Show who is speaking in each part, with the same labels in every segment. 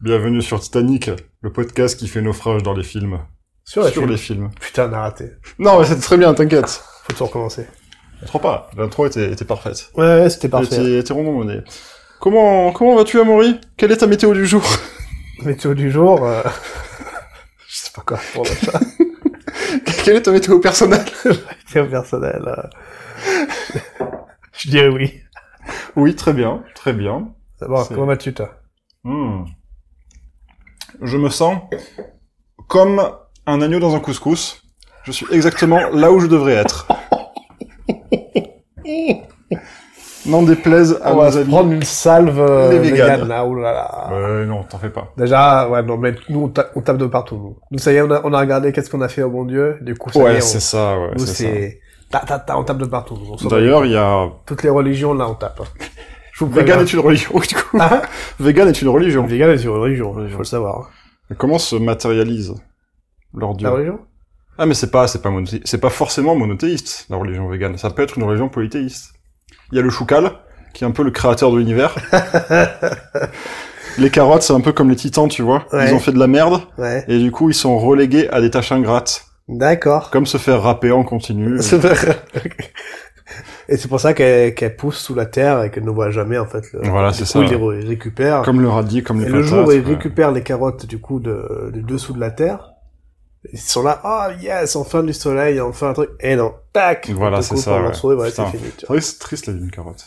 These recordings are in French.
Speaker 1: Bienvenue sur Titanic, le podcast qui fait naufrage dans les films.
Speaker 2: Sur la
Speaker 1: sur
Speaker 2: film.
Speaker 1: les films.
Speaker 2: Putain, on a raté.
Speaker 1: Non, mais c'est très bien, t'inquiète.
Speaker 2: Faut tout recommencer.
Speaker 1: Trop pas, l'intro était, était parfaite.
Speaker 2: Ouais, ouais, c'était
Speaker 1: Elle
Speaker 2: parfait.
Speaker 1: était- était rondement menée. Comment, comment vas-tu, Amaury Quelle est ta météo du jour
Speaker 2: Météo du jour, euh, je sais pas quoi répondre à ça.
Speaker 1: Quelle est ta météo personnelle
Speaker 2: Météo personnel. euh, je dirais oui.
Speaker 1: Oui, très bien, très bien.
Speaker 2: D'abord,
Speaker 1: C'est-
Speaker 2: comment vas-tu, toi
Speaker 1: Hmm. Je me sens comme un agneau dans un couscous. Je suis exactement là où je devrais être. N'en déplaise
Speaker 2: On
Speaker 1: à Ah, nos
Speaker 2: va se
Speaker 1: amis.
Speaker 2: prendre une salve euh,
Speaker 1: Les véganes.
Speaker 2: végane, là, oulala.
Speaker 1: Euh, non, t'en fais pas.
Speaker 2: Déjà, ouais, non, mais nous, on, ta- on tape de partout, nous. Nous, ça y est, on a, on a regardé qu'est-ce qu'on a fait au bon Dieu. Du coup, ça y
Speaker 1: Ouais,
Speaker 2: est,
Speaker 1: c'est
Speaker 2: on-
Speaker 1: ça, ouais,
Speaker 2: nous,
Speaker 1: c'est
Speaker 2: c'est... Ta, ta, ta, on tape de partout. nous, on
Speaker 1: ça.
Speaker 2: s'en bat.
Speaker 1: D'ailleurs, il y a...
Speaker 2: Toutes les religions, là, on tape. Je vous
Speaker 1: Vegan
Speaker 2: préviens.
Speaker 1: est une religion, du coup.
Speaker 2: Ah,
Speaker 1: Vegan est une religion.
Speaker 2: Vegan est une religion, faut le savoir.
Speaker 1: Comment se matérialise leur dieu
Speaker 2: La religion
Speaker 1: Ah, mais c'est pas, c'est pas monothé- c'est pas forcément monothéiste, la religion végane. Ça peut être une religion polythéiste. Il y a le choucal, qui est un peu le créateur de l'univers. les carottes, c'est un peu comme les titans, tu vois.
Speaker 2: Ouais.
Speaker 1: Ils ont fait de la merde,
Speaker 2: Ouais.
Speaker 1: et du coup, ils sont relégués à des tâches ingrates.
Speaker 2: D'accord.
Speaker 1: Comme se faire râper en continu.
Speaker 2: C'est vrai. Et c'est pour ça qu'elle qu'elle pousse sous la terre et qu'elle ne voit jamais, en fait. Le...
Speaker 1: Voilà, c'est
Speaker 2: du
Speaker 1: ça.
Speaker 2: coup, il les re- il récupère.
Speaker 1: Comme le radis, comme les
Speaker 2: et le
Speaker 1: patates,
Speaker 2: jour où il
Speaker 1: ouais.
Speaker 2: récupère les carottes, du coup, de, du dessous de la terre, ils sont là, oh yes, enfin du soleil, enfin un truc. Et non, tac
Speaker 1: Voilà,
Speaker 2: Tout
Speaker 1: c'est
Speaker 2: coup,
Speaker 1: ça,
Speaker 2: pendant le
Speaker 1: ouais.
Speaker 2: soleil, voilà, c'est
Speaker 1: Putain.
Speaker 2: fini. tu
Speaker 1: C'est
Speaker 2: vois.
Speaker 1: vrai que c'est triste, la vie d'une carotte.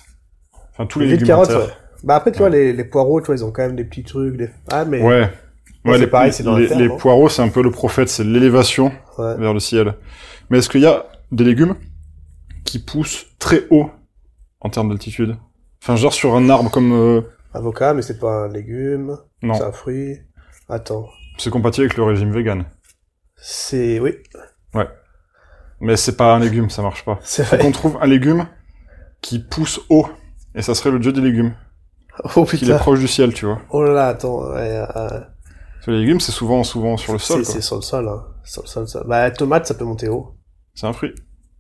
Speaker 1: Enfin, tous les,
Speaker 2: Les vides
Speaker 1: légumes
Speaker 2: carottes, ouais. Bah après, tu vois, les, les poireaux, tu vois, ils ont quand même des petits trucs, des... Ah, mais...
Speaker 1: Ouais.
Speaker 2: Ouais,
Speaker 1: Ouais,
Speaker 2: c'est
Speaker 1: les,
Speaker 2: pareil, c'est dans la
Speaker 1: les-
Speaker 2: terre,
Speaker 1: les
Speaker 2: non
Speaker 1: poireaux, c'est un peu le prophète, c'est l'élévation
Speaker 2: Ouais.
Speaker 1: vers le ciel. Mais est-ce qu'il y a des légumes qui poussent très haut en termes d'altitude Enfin, genre sur un arbre comme... euh,
Speaker 2: Avocat, mais c'est pas un légume,
Speaker 1: Non,
Speaker 2: c'est un fruit. Attends,
Speaker 1: c'est compatible avec le régime vegan.
Speaker 2: c'est... Oui,
Speaker 1: Mais c'est pas un légume, ça marche pas.
Speaker 2: c'est
Speaker 1: Faut
Speaker 2: vrai.
Speaker 1: qu'on trouve un légume qui pousse haut. Et ça serait le dieu des légumes,
Speaker 2: Oh
Speaker 1: qu'il est
Speaker 2: putain.
Speaker 1: proche du ciel, tu vois.
Speaker 2: Oh là là, attends. ouais, euh,
Speaker 1: Parce que les légumes, c'est souvent, souvent sur le
Speaker 2: c'est-
Speaker 1: sol, quoi.
Speaker 2: C'est sur le sol, hein. Sur le sol, ça. Bah, la tomate, ça peut monter haut.
Speaker 1: C'est un fruit.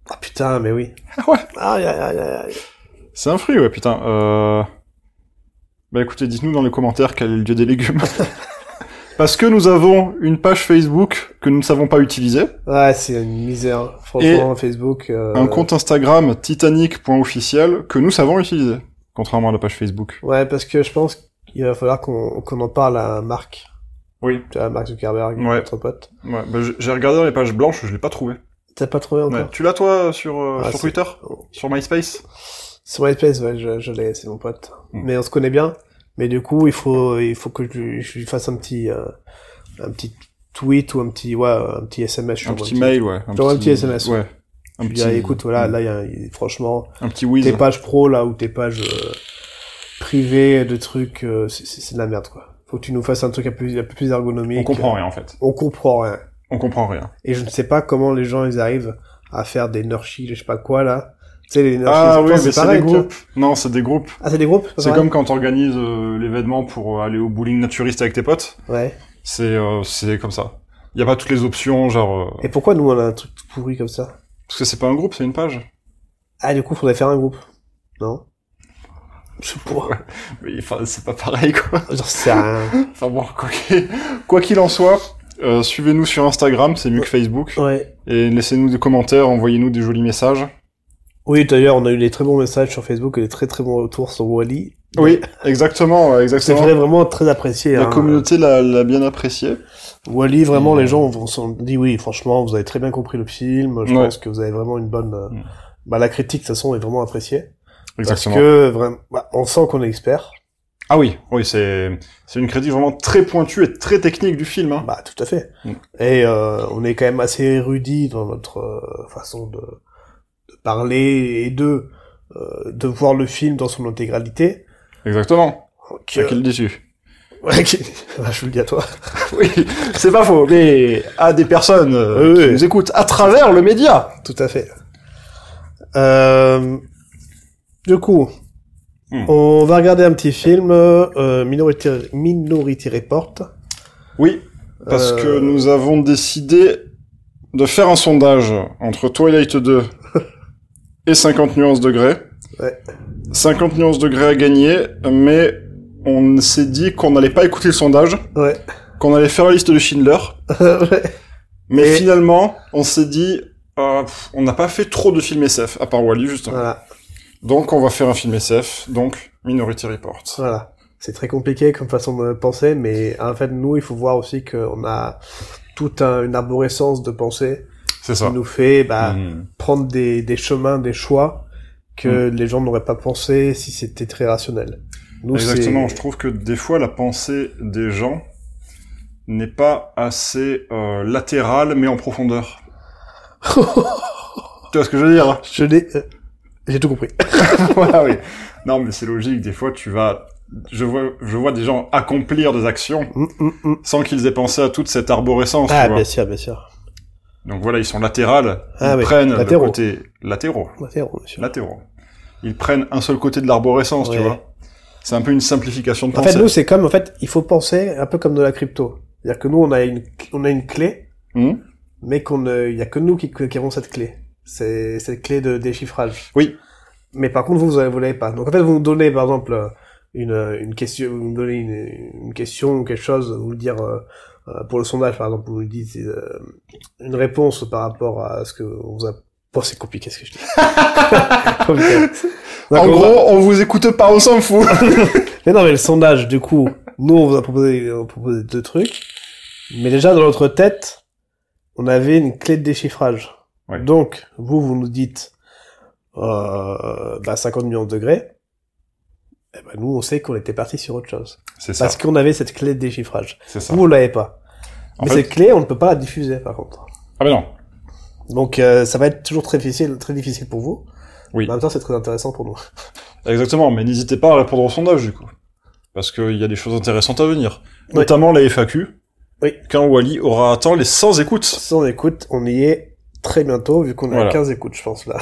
Speaker 2: Ah putain, mais oui.
Speaker 1: Ah ouais.
Speaker 2: Aïe, aïe, aïe, aïe, aïe.
Speaker 1: C'est un fruit, ouais, putain. Euh... Bah écoutez, dites-nous dans les commentaires quel est le dieu des légumes. Parce que nous avons une page Facebook que nous ne savons pas utiliser,
Speaker 2: Ouais, c'est une misère. hein. Franchement, Facebook. euh,
Speaker 1: un compte Instagram titanic.officiel que nous savons utiliser, contrairement à la page Facebook.
Speaker 2: Ouais, parce que je pense qu'il va falloir qu'on qu'on en parle à Marc.
Speaker 1: Oui.
Speaker 2: Tu vois, Marc Zuckerberg,
Speaker 1: Ouais.
Speaker 2: notre pote.
Speaker 1: Ouais, bah j'ai- j'ai regardé dans les pages blanches, je l'ai pas trouvé.
Speaker 2: T'as pas trouvé
Speaker 1: Ouais.
Speaker 2: encore
Speaker 1: Tu l'as toi sur, euh,
Speaker 2: Ah,
Speaker 1: sur
Speaker 2: c'est-
Speaker 1: Twitter Sur MySpace
Speaker 2: Sur MySpace, ouais, je, je l'ai, c'est mon pote.
Speaker 1: Hmm.
Speaker 2: Mais on se connaît bien. Mais du coup, il faut, il faut que je, lui- je lui fasse un petit, euh, un petit tweet ou un petit, ouais, un petit SMS. je
Speaker 1: Un
Speaker 2: trouve,
Speaker 1: petit mail, ouais. Un
Speaker 2: Genre un petit SMS.
Speaker 1: Ouais. Un Mm.
Speaker 2: Je lui dirais, ah, écoute, voilà, là, il y a, il- franchement,
Speaker 1: Un petit whiz.
Speaker 2: tes pages pro, là, ou tes pages euh, privées de trucs, euh, c'est- c'est c'est de la merde, quoi. Faut que tu nous fasses un truc un peu, un peu plus ergonomique.
Speaker 1: On comprend rien en fait.
Speaker 2: On comprend rien.
Speaker 1: On comprend rien.
Speaker 2: Et je ne sais pas comment les gens, ils arrivent à faire des nurshis, je sais pas quoi, là. Tu sais, les nurshis,
Speaker 1: Ah
Speaker 2: je
Speaker 1: oui,
Speaker 2: pense,
Speaker 1: mais c'est
Speaker 2: pareil,
Speaker 1: des
Speaker 2: tu vois.
Speaker 1: groupes. Non, c'est des groupes.
Speaker 2: Ah, c'est des groupes
Speaker 1: C'est
Speaker 2: pareil
Speaker 1: comme quand t'organises euh, l'événement pour euh, aller au bowling naturiste avec tes potes.
Speaker 2: Ouais.
Speaker 1: C'est euh, c'est comme ça. Il y a pas toutes les options, genre euh,
Speaker 2: Et pourquoi nous, on a un truc tout pourri comme ça
Speaker 1: parce que c'est pas un groupe, c'est une page.
Speaker 2: Ah, du coup, faudrait faire un groupe. Non Je sais pas.
Speaker 1: Mais enfin, c'est pas pareil quoi.
Speaker 2: J'en sais rien.
Speaker 1: Enfin bon, quoi qu'il quoi qu'il en soit, euh, suivez-nous sur Instagram, c'est mieux que Facebook,
Speaker 2: Ouais.
Speaker 1: et laissez-nous des commentaires, envoyez-nous des jolis messages.
Speaker 2: Oui, d'ailleurs, on a eu des très bons messages sur Facebook et des très très bons retours sur Wally.
Speaker 1: Oui, exactement, ouais,
Speaker 2: C'est
Speaker 1: exactement.
Speaker 2: vrai, vraiment très apprécié.
Speaker 1: La
Speaker 2: hein.
Speaker 1: communauté l'a l'a bien apprécié.
Speaker 2: Wally, vraiment,
Speaker 1: Et- euh,
Speaker 2: les gens vont s'en dit oui, franchement, vous avez très bien compris le film. Je
Speaker 1: Ouais.
Speaker 2: pense que vous avez vraiment une bonne. euh,
Speaker 1: Mm.
Speaker 2: Bah, la critique, de toute façon, est vraiment appréciée.
Speaker 1: Exactement.
Speaker 2: Parce que, vraiment, bah, on sent qu'on est expert.
Speaker 1: Ah oui, oui, c'est c'est une critique vraiment très pointue et très technique du film. Hein.
Speaker 2: Bah, tout à fait.
Speaker 1: Mm.
Speaker 2: Et euh, on est quand même assez érudit dans notre euh, façon de, de parler et de, euh, de voir le film dans son intégralité.
Speaker 1: Exactement.
Speaker 2: Que-
Speaker 1: À quel déçu.
Speaker 2: Ouais, que- je vous le dis à toi.
Speaker 1: Oui, c'est pas faux, mais à des personnes euh,
Speaker 2: Oui,
Speaker 1: qui
Speaker 2: oui.
Speaker 1: nous écoutent à travers le média.
Speaker 2: Tout à fait. Euh, du coup,
Speaker 1: Hmm.
Speaker 2: On va regarder un petit film, euh, Minority, Minority Report.
Speaker 1: Oui, parce
Speaker 2: Euh,
Speaker 1: que nous avons décidé de faire un sondage entre Twilight 2 et 50 nuances degrés.
Speaker 2: Ouais.
Speaker 1: 50 nuances degrés a gagné, mais on s'est dit qu'on n'allait pas écouter le sondage,
Speaker 2: Ouais.
Speaker 1: qu'on allait faire la liste de Schindler.
Speaker 2: Ouais.
Speaker 1: Mais
Speaker 2: Et-
Speaker 1: finalement, on s'est dit, euh, pff, on n'a pas fait trop de films SF, à part Wally, justement.
Speaker 2: voilà,
Speaker 1: Donc on va faire un film SF, donc Minority Report.
Speaker 2: voilà. C'est très compliqué comme façon de penser, mais en fait, nous, il faut voir aussi qu'on a toute un- une arborescence de pensée
Speaker 1: C'est
Speaker 2: qui
Speaker 1: ça.
Speaker 2: nous fait bah,
Speaker 1: Mhm.
Speaker 2: prendre des, des chemins, des choix
Speaker 1: Hmm.
Speaker 2: que les gens n'auraient pas pensé si c'était très rationnel. Nous, c'est-
Speaker 1: Exactement, je trouve que des fois la pensée des gens n'est pas assez euh, latérale mais en profondeur. tu vois ce que je veux dire hein
Speaker 2: Je l'ai... euh, J'ai tout compris.
Speaker 1: Voilà, oui. Non, mais c'est logique, des fois tu vas... Je vois, je vois des gens accomplir des actions
Speaker 2: Mm, mm, mm.
Speaker 1: sans qu'ils aient pensé à toute cette arborescence.
Speaker 2: Ah,
Speaker 1: tu vois.
Speaker 2: bien sûr, bien sûr.
Speaker 1: Donc voilà, ils sont latérales,
Speaker 2: Ah
Speaker 1: ils
Speaker 2: oui,
Speaker 1: prennent
Speaker 2: latéraux.
Speaker 1: le côté latéraux.
Speaker 2: Bien sûr, bien sûr.
Speaker 1: Latéraux. Ils prennent un seul côté de l'arborescence, tu
Speaker 2: Ouais.
Speaker 1: vois. C'est un peu une simplification de
Speaker 2: En
Speaker 1: pensée.
Speaker 2: fait, nous, c'est comme, en fait, il faut penser un peu comme de la crypto. C'est-à-dire que nous, on a une, on a une clé,
Speaker 1: Mhm.
Speaker 2: mais qu'on, ne- il y a que nous qui, qui avons cette clé. C'est cette clé de déchiffrage.
Speaker 1: Oui.
Speaker 2: Mais par contre, vous, vous avez- vous l'avez pas. Donc, en fait, vous nous donnez, par exemple, euh, une, une question, vous nous donnez une, une question ou quelque chose, vous le dire, euh, euh, pour le sondage, par exemple, vous nous dites euh, une réponse par rapport à ce que on vous a... Bon, c'est compliqué ce que je dis. Compliqué. Donc,
Speaker 1: en
Speaker 2: on va-
Speaker 1: gros, on vous écoute pas, on s'en fout.
Speaker 2: mais non, mais le sondage, du coup, nous, on vous a proposé, on a proposé deux trucs. Mais déjà, dans notre tête, on avait une clé de déchiffrage.
Speaker 1: Ouais.
Speaker 2: Donc, vous, vous nous dites euh, bah, 50 millions de degrés. Eh ben, nous, on sait qu'on était parti sur autre chose.
Speaker 1: C'est ça,
Speaker 2: Parce qu'on avait cette clé de déchiffrage.
Speaker 1: c'est ça.
Speaker 2: Vous, vous l'avez pas.
Speaker 1: En
Speaker 2: mais
Speaker 1: fait-
Speaker 2: cette clé, on ne peut pas la diffuser, par contre.
Speaker 1: Ah mais non.
Speaker 2: Donc, euh, ça va être toujours très difficile, très difficile pour vous.
Speaker 1: Oui.
Speaker 2: Mais en même temps, c'est très intéressant pour nous.
Speaker 1: Exactement, mais n'hésitez pas à répondre au sondage du coup. Parce qu'il y a des choses intéressantes à venir.
Speaker 2: Ouais.
Speaker 1: Notamment la FAQ.
Speaker 2: Oui.
Speaker 1: Quand Wally aura atteint les 100 écoutes.
Speaker 2: Si on écoute, on y est très bientôt, vu qu'on est
Speaker 1: Voilà.
Speaker 2: à 15 écoutes, je pense, là.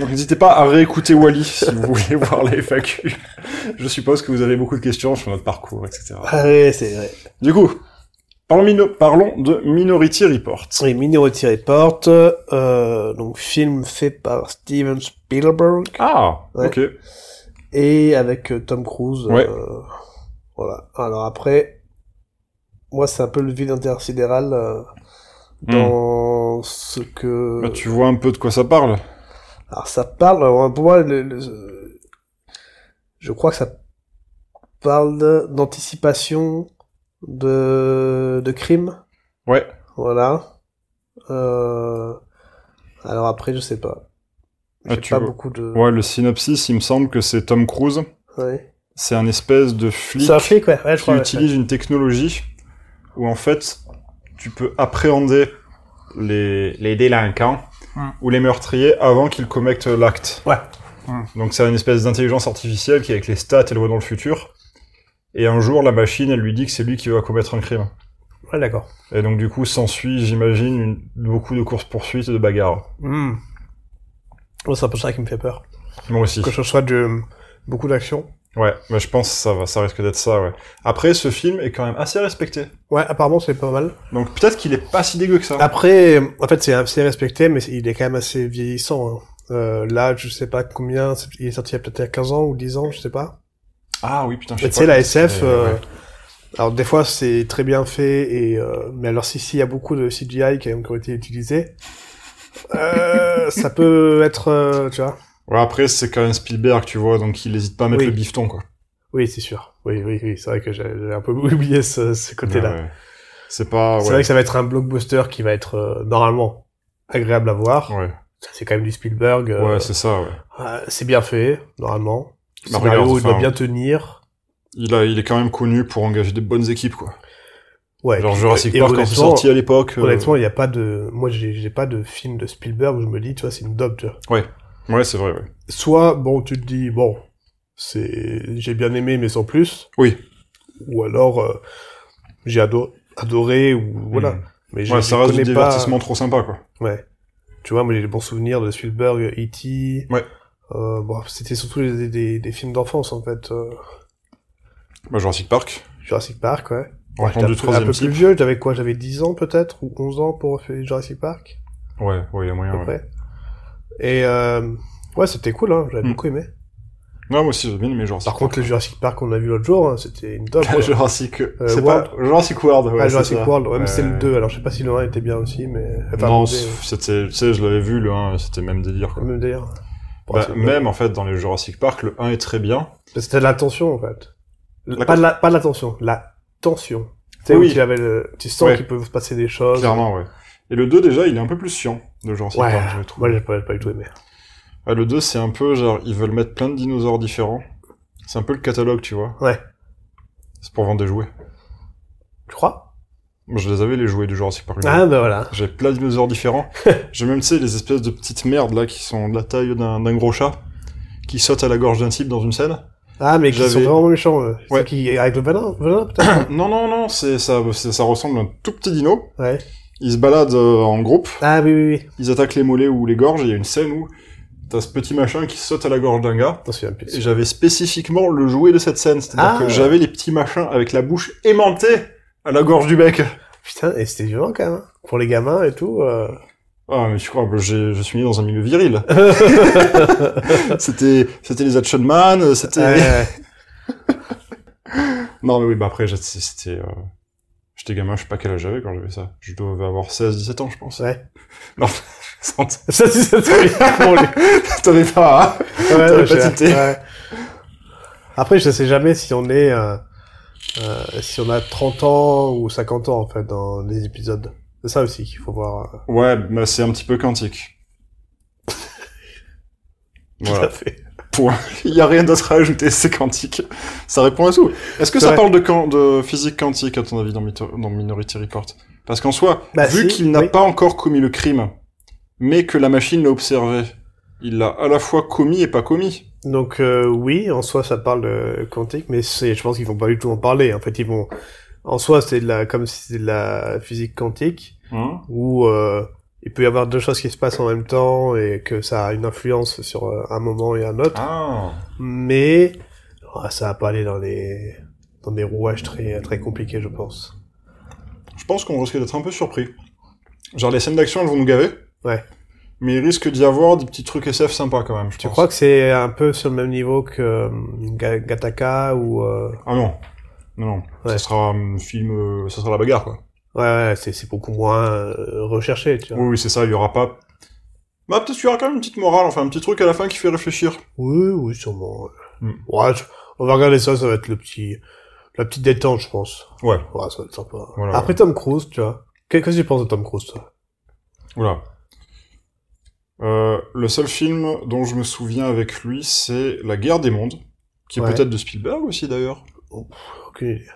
Speaker 1: Donc n'hésitez pas à réécouter Wally si vous voulez voir la FAQ. Je suppose que vous avez beaucoup de questions sur notre parcours, etc.
Speaker 2: Ah ouais, c'est vrai.
Speaker 1: Du coup, parlons, mino- parlons de Minority Report.
Speaker 2: Oui, Minority Report, euh, donc film fait par Steven Spielberg
Speaker 1: Ah,
Speaker 2: Ouais.
Speaker 1: ok.
Speaker 2: et avec euh, Tom Cruise.
Speaker 1: Ouais.
Speaker 2: euh, voilà. Alors après, moi c'est un peu le vide intersidéral euh, dans ce que.
Speaker 1: Hmm. Bah, tu vois un peu de quoi ça parle.
Speaker 2: Alors ça parle. alors, pour moi, le- le- je crois que ça parle de- d'anticipation de de crimes.
Speaker 1: Ouais.
Speaker 2: Voilà. Euh... Alors après, je sais pas.
Speaker 1: Ah,
Speaker 2: J'ai
Speaker 1: tu
Speaker 2: pas
Speaker 1: vois.
Speaker 2: beaucoup de.
Speaker 1: Ouais, le synopsis, il me semble que c'est Tom Cruise.
Speaker 2: Ouais.
Speaker 1: C'est un espèce de flic
Speaker 2: C'est un flic, ouais. ouais je
Speaker 1: qui
Speaker 2: crois. ouais.
Speaker 1: utilise une technologie où en fait tu peux appréhender les, les délinquants
Speaker 2: Mm.
Speaker 1: ou les meurtriers avant qu'ils commettent l'acte.
Speaker 2: Ouais. Hmm.
Speaker 1: Donc c'est une espèce d'intelligence artificielle qui avec les stats elle voit dans le futur. Et un jour la machine elle lui dit que c'est lui qui va commettre un crime.
Speaker 2: Ouais, d'accord.
Speaker 1: Et donc du coup s'ensuit j'imagine une- beaucoup de courses poursuites et de bagarres.
Speaker 2: Hmm. Moi, c'est un peu ça qui me fait peur.
Speaker 1: Moi aussi.
Speaker 2: Que ce soit de beaucoup d'action.
Speaker 1: Ouais, mais je pense que ça va, ça risque d'être ça. Ouais. Après ce film est quand même assez respecté.
Speaker 2: Ouais, apparemment, c'est pas mal.
Speaker 1: Donc peut-être qu'il est pas si dégueu que ça.
Speaker 2: Ah. Après, en fait, c'est assez respecté, mais il est quand même assez vieillissant. hein. Euh, là, je sais pas combien, c'est- il est sorti il y a peut-être il y a 15 ans ou 10 ans, je sais pas.
Speaker 1: Ah oui putain. je
Speaker 2: Mais
Speaker 1: sais
Speaker 2: tu sais,
Speaker 1: pas.
Speaker 2: la SF,
Speaker 1: Mais,
Speaker 2: euh,
Speaker 1: ouais.
Speaker 2: alors des fois c'est très bien fait, et euh, mais alors si s'il y a beaucoup de CGI qui ont qui ont été utilisés, euh, ça peut être, euh, tu vois.
Speaker 1: Ouais, après, c'est quand même Spielberg, tu vois, donc il hésite pas à mettre
Speaker 2: Oui.
Speaker 1: le bifton, quoi.
Speaker 2: Oui, c'est sûr. Oui, oui, oui, c'est vrai que j'avais j'avais un peu oublié ce, ce côté-là.
Speaker 1: Ah Ouais, ouais. C'est pas, ouais.
Speaker 2: C'est vrai que ça va être un blockbuster qui va être euh, normalement agréable à voir.
Speaker 1: Ouais,
Speaker 2: C'est quand même du Spielberg. euh,
Speaker 1: ouais c'est ça, ouais.
Speaker 2: euh, c'est bien fait, normalement. Le
Speaker 1: Bah,
Speaker 2: scénario,
Speaker 1: regarde,
Speaker 2: il doit
Speaker 1: enfin,
Speaker 2: bien tenir.
Speaker 1: Il, a, il est quand même connu pour engager des bonnes équipes, quoi.
Speaker 2: Ouais.
Speaker 1: Genre
Speaker 2: puis-
Speaker 1: Jurassic
Speaker 2: et
Speaker 1: Park, quand c'est
Speaker 2: honnêtement-
Speaker 1: sorti à l'époque. euh,
Speaker 2: Honnêtement, il n'y a pas de. Moi, j'ai j'ai pas de film de Spielberg où je me dis, tu vois, c'est une dope, tu vois.
Speaker 1: Ouais, c'est vrai, ouais.
Speaker 2: Soit, bon, tu te dis, bon, c'est. J'ai bien aimé, mais sans plus.
Speaker 1: Oui.
Speaker 2: Ou alors, euh, j'ai ado- adoré, ou voilà.
Speaker 1: Mm.
Speaker 2: Mais je
Speaker 1: Ouais,
Speaker 2: je
Speaker 1: ça reste du
Speaker 2: connais pas-
Speaker 1: divertissement trop sympa, quoi.
Speaker 2: Ouais. Tu vois, moi j'ai des bons souvenirs de Spielberg, E.T.
Speaker 1: Ouais.
Speaker 2: E Euh, bon, c'était surtout des, des, des films d'enfance en fait. euh,
Speaker 1: Bah, Jurassic Park.
Speaker 2: Jurassic Park, ouais.
Speaker 1: On
Speaker 2: J'étais un
Speaker 1: attend du
Speaker 2: peu- un
Speaker 1: troisième
Speaker 2: peu plus
Speaker 1: type.
Speaker 2: vieux, j'avais quoi J'avais 10 ans peut-être, ou 11 ans pour faire Jurassic Park,
Speaker 1: Ouais, ouais, il y a
Speaker 2: à
Speaker 1: moyen.
Speaker 2: peu
Speaker 1: ouais.
Speaker 2: près. Et euh, ouais, c'était cool, hein, j'avais
Speaker 1: Hmm.
Speaker 2: beaucoup aimé.
Speaker 1: Non, moi aussi, j'ai bien aimé Jurassic
Speaker 2: Par contre, le Jurassic Park qu'on a vu l'autre jour, hein, c'était une top.
Speaker 1: Park.
Speaker 2: quoi.
Speaker 1: Jurassic, c'est
Speaker 2: World.
Speaker 1: pas Jurassic World. Ouais,
Speaker 2: ah,
Speaker 1: c'est
Speaker 2: Jurassic
Speaker 1: ça.
Speaker 2: World, euh, ouais, mais c'est le
Speaker 1: Ouais.
Speaker 2: 2, alors je sais pas si le 1 était bien aussi, mais... Enfin,
Speaker 1: non,
Speaker 2: bon,
Speaker 1: c'est- c'était, tu sais, je l'avais vu le 1, c'était le même délire.
Speaker 2: c'est
Speaker 1: Quoi.
Speaker 2: le même d'ailleurs. Bon,
Speaker 1: Bah,
Speaker 2: c'est-
Speaker 1: même en fait, dans les Jurassic Park, le 1 est très bien.
Speaker 2: Parce que C'était de la tension, en fait.
Speaker 1: D'accord.
Speaker 2: Pas de la, pas de la tension, la tension. Tu sais,
Speaker 1: Oui.
Speaker 2: où tu, avais le- tu sens
Speaker 1: Ouais.
Speaker 2: qu'il peut se passer des choses.
Speaker 1: Clairement, ouais. Et le 2, déjà, il est un peu plus chiant, le Jurassic
Speaker 2: Ouais.
Speaker 1: Park, je trouve.
Speaker 2: Moi, j'ai pas, j'ai pas du tout aimé.
Speaker 1: Ah, le 2, c'est un peu genre, ils veulent mettre plein de dinosaures différents. C'est un peu le catalogue, tu vois.
Speaker 2: Ouais.
Speaker 1: C'est pour vendre des jouets.
Speaker 2: Tu crois
Speaker 1: Moi, je les avais, les jouets du Jurassic Park.
Speaker 2: Ah, bah voilà.
Speaker 1: J'avais plein de dinosaures différents. J'ai même, tu sais, les espèces de petites merdes, là, qui sont de la taille d'un d'un gros chat, qui sautent à la gorge d'un type dans une scène.
Speaker 2: Ah, mais qui sont
Speaker 1: J'avais-
Speaker 2: vraiment méchants, eux.
Speaker 1: Ouais.
Speaker 2: Ceux qui, avec le venin, venin peut-être
Speaker 1: non, non, non, c'est ça, c'est- ça ressemble à un tout petit dino.
Speaker 2: Ouais.
Speaker 1: Ils se baladent euh, en groupe,
Speaker 2: Ah, oui, oui, oui.
Speaker 1: ils attaquent les mollets ou les gorges, et il y a une scène où t'as ce petit machin qui saute à la gorge d'un gars.
Speaker 2: Attends, c'est un peu...
Speaker 1: Et j'avais spécifiquement le jouet de cette scène, c'est-à-dire
Speaker 2: Ah.
Speaker 1: que j'avais les petits machins avec la bouche aimantée à la gorge du mec.
Speaker 2: Putain, et c'était violent, quand même. hein. Pour les gamins et tout... euh.
Speaker 1: Ah, mais tu crois, bah, j'ai- je suis né dans un milieu viril. c'était, c'était les Action Man, c'était...
Speaker 2: Ouais, ouais.
Speaker 1: Non, mais oui, bah après, j'ai- c'était... euh, J'étais gamin, je sais pas quel âge j'avais quand j'avais ça. Je devais avoir 16-17 ans, je pense.
Speaker 2: Ouais.
Speaker 1: Non, sans-
Speaker 2: Ça, c'est ça, c'est- pour les-
Speaker 1: T'avais pas, hein
Speaker 2: Ouais,
Speaker 1: T'avais
Speaker 2: ouais,
Speaker 1: pas
Speaker 2: je-
Speaker 1: tilté.
Speaker 2: ouais. Après, je sais jamais si on est, euh, euh, si on a 30 ans ou 50 ans, en fait, dans les épisodes. C'est ça aussi qu'il faut voir.
Speaker 1: Ouais, bah c'est un petit peu quantique.
Speaker 2: euh, Tout
Speaker 1: Voilà.
Speaker 2: à fait.
Speaker 1: Point. Il y a rien d'autre à ajouter, c'est quantique. Ça répond à tout. Est-ce que
Speaker 2: C'est
Speaker 1: ça
Speaker 2: vrai.
Speaker 1: parle de, quand, de physique quantique, à ton avis, dans, Mito- dans Minority Report Parce qu'en soi,
Speaker 2: Bah,
Speaker 1: vu
Speaker 2: si,
Speaker 1: qu'il n'a
Speaker 2: oui.
Speaker 1: pas encore commis le crime, mais que la machine l'a observé, il l'a à la fois commis et pas commis.
Speaker 2: Donc, euh, oui, en soi, ça parle de quantique, mais c'est, je pense qu'ils vont pas du tout en parler. En fait, ils vont, en soi, c'est de la, comme si c'était de la physique quantique,
Speaker 1: Hein
Speaker 2: où, euh, il peut y avoir deux choses qui se passent en même temps et que ça a une influence sur euh, un moment et un autre.
Speaker 1: ah.
Speaker 2: mais ah, ça va pas aller dans les dans des rouages très très compliqués, je pense.
Speaker 1: Je pense qu'on risque d'être un peu surpris. Genre, les scènes d'action, elles vont nous gaver.
Speaker 2: Ouais.
Speaker 1: Mais il risque d'y avoir des petits trucs SF sympas quand même, je
Speaker 2: Tu
Speaker 1: pense.
Speaker 2: crois que c'est un peu sur le même niveau que euh, Ga- Gattaca ou euh,
Speaker 1: Ah non. Non, non. Ça
Speaker 2: Ouais.
Speaker 1: sera un film, euh, ça sera la bagarre, quoi.
Speaker 2: ouais, ouais c'est c'est beaucoup moins euh, recherché, tu vois.
Speaker 1: Oui, oui, c'est ça, il y aura pas. Bah, peut-être qu'il y aura quand même une petite morale, enfin, un petit truc à la fin qui fait réfléchir.
Speaker 2: Oui, oui, sûrement.
Speaker 1: Hmm.
Speaker 2: Ouais, je- on va regarder ça, ça va être le petit la petite détente, je pense.
Speaker 1: Ouais.
Speaker 2: Ouais, ça va être sympa.
Speaker 1: Voilà,
Speaker 2: Après Tom Cruise, tu vois. Qu'est- Qu'est-ce que tu penses de Tom Cruise, toi
Speaker 1: Voilà. Euh, le seul film dont je me souviens avec lui, c'est La Guerre des Mondes, qui est
Speaker 2: Ouais.
Speaker 1: peut-être de Spielberg aussi d'ailleurs.
Speaker 2: Aucune idée.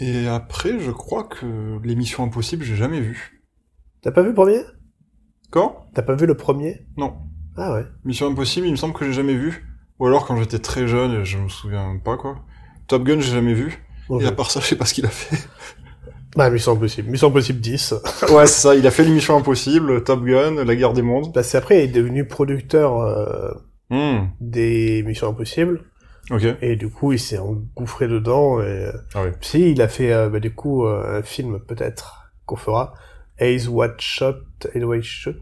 Speaker 1: Et après, je crois que l'émission Impossible, j'ai jamais vu.
Speaker 2: T'as pas vu le premier
Speaker 1: Quand
Speaker 2: T'as pas vu le premier
Speaker 1: Non.
Speaker 2: Ah ouais.
Speaker 1: Mission Impossible, il me semble que j'ai jamais vu. Ou alors quand j'étais très jeune, et je me souviens même pas quoi. Top Gun, j'ai jamais vu.
Speaker 2: Bon,
Speaker 1: Et à
Speaker 2: je-
Speaker 1: part ça, je sais pas ce qu'il a fait.
Speaker 2: Bah, Mission Impossible. Mission Impossible 10.
Speaker 1: Ouais, c'est ça, il a fait l'émission Impossible, Top Gun, La Guerre des Mondes.
Speaker 2: Parce qu'après, Bah, il est devenu producteur euh, des Missions Impossibles,
Speaker 1: Hmm. Ok.
Speaker 2: et du coup, il s'est engouffré dedans, et... euh,
Speaker 1: Ah oui.
Speaker 2: Si, il a fait, euh, bah, du coup, euh, un film, peut-être, qu'on fera, Ace Watch Shot, Edway Shot...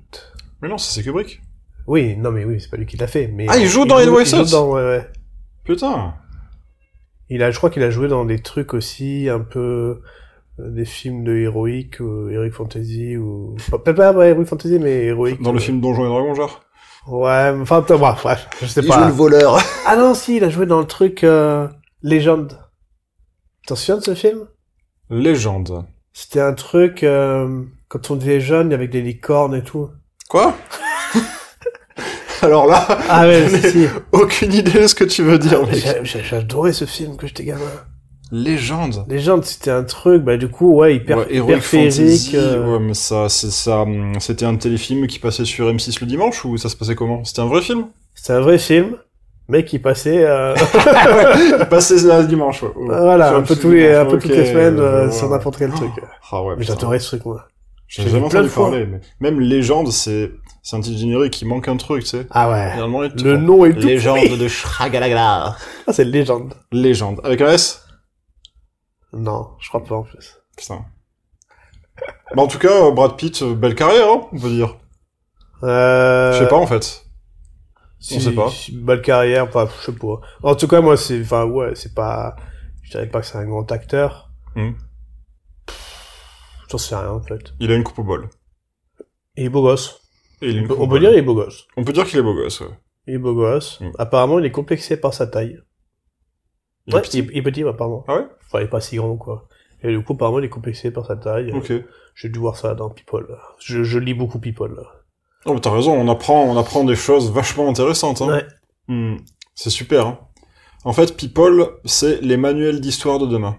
Speaker 1: Mais non, ça, c'est Kubrick.
Speaker 2: Oui, non, mais oui, c'est pas lui qui l'a fait, mais...
Speaker 1: Ah, il joue dans Edway
Speaker 2: il joue
Speaker 1: Shot
Speaker 2: dedans, ouais, ouais.
Speaker 1: Putain.
Speaker 2: Il a, je crois qu'il a joué dans des trucs aussi, un peu... euh, Des films de héroïque, ou Heroic Fantasy, ou... Enfin, Peut-être pas ouais, Heroic Fantasy, mais héroïque.
Speaker 1: Dans le
Speaker 2: euh,
Speaker 1: film Donjons et Dragons, genre.
Speaker 2: Ouais, enfin, attends, bref, bref, je sais pas.
Speaker 1: voleur.
Speaker 2: Ah non, si, il a joué dans le truc euh, Légende. T'en souviens de ce film
Speaker 1: Légende.
Speaker 2: C'était un truc, euh, quand on devait jeune, avec des licornes et tout.
Speaker 1: Quoi Alors là,
Speaker 2: Ah ouais, si, si.
Speaker 1: aucune idée de ce que tu veux dire, mec.
Speaker 2: J'ai- j'ai- J'ai adoré ce film que j'étais gamin.
Speaker 1: Légende.
Speaker 2: Légende, c'était un truc, bah du coup, ouais, hyper,
Speaker 1: Ouais,
Speaker 2: hyper
Speaker 1: Heroic
Speaker 2: féerique.
Speaker 1: Fantasy.
Speaker 2: euh,
Speaker 1: Ouais, mais ça, c'est ça. hum, C'était un téléfilm qui passait sur M6 le dimanche ou ça se passait comment C'était un vrai film
Speaker 2: C'est un vrai film, mais qui passait, euh,
Speaker 1: Il passait le dimanche, ouais. Ouais.
Speaker 2: voilà,
Speaker 1: Sur
Speaker 2: un peu
Speaker 1: M6
Speaker 2: tous les,
Speaker 1: le
Speaker 2: un
Speaker 1: dimanche,
Speaker 2: peu toutes les
Speaker 1: ok,
Speaker 2: semaines,
Speaker 1: je
Speaker 2: euh,
Speaker 1: vois.
Speaker 2: sur n'importe quel truc.
Speaker 1: Ah ouais,
Speaker 2: Mais
Speaker 1: putain.
Speaker 2: J'adorais ce truc, moi.
Speaker 1: J'ai
Speaker 2: J'ai
Speaker 1: jamais
Speaker 2: vu plein
Speaker 1: entendu
Speaker 2: de fois.
Speaker 1: parler, mais même légende, c'est c'est un titre générique qui manque un truc, tu sais.
Speaker 2: Ah ouais.
Speaker 1: Et à un moment, il te
Speaker 2: Le
Speaker 1: prend.
Speaker 2: nom est tout pourri.
Speaker 3: Légende de Shragalagla.
Speaker 2: Ah, c'est légende.
Speaker 1: Légende. Avec un S
Speaker 2: Non, je crois pas en plus.
Speaker 1: Putain. bah, en tout cas, euh, Brad Pitt, euh, belle carrière, hein, on peut dire.
Speaker 2: Euh...
Speaker 1: Je sais pas, en fait.
Speaker 2: si-
Speaker 1: on sait pas.
Speaker 2: si- Belle carrière, enfin, je sais pas. En tout cas, moi, c'est, enfin, ouais, c'est pas, je dirais pas que c'est un grand acteur.
Speaker 1: Hmm.
Speaker 2: Pff, J'en sais rien, en fait.
Speaker 1: Il a une coupe au bol.
Speaker 2: Il est beau gosse.
Speaker 1: Et il a une
Speaker 2: On peut-
Speaker 1: coupe
Speaker 2: on
Speaker 1: au
Speaker 2: peut
Speaker 1: bol.
Speaker 2: dire il est beau gosse.
Speaker 1: On peut dire qu'il est beau gosse, ouais.
Speaker 2: Il est beau gosse.
Speaker 1: Hmm.
Speaker 2: Apparemment, il est complexé par sa taille.
Speaker 1: Il est
Speaker 2: Ouais,
Speaker 1: petit.
Speaker 2: il, est, il est petit, apparemment.
Speaker 1: Ah ouais
Speaker 2: Enfin, il est pas si grand, quoi. Et du coup, apparemment, il est complexé par sa taille.
Speaker 1: Ok.
Speaker 2: J'ai dû voir ça dans People. là. Je, je lis beaucoup People. là.
Speaker 1: Oh, mais t'as raison, on apprend, on apprend des choses vachement intéressantes. Hein.
Speaker 2: Ouais.
Speaker 1: Hmm, c'est super. hein. En fait, People, c'est les manuels d'histoire de demain.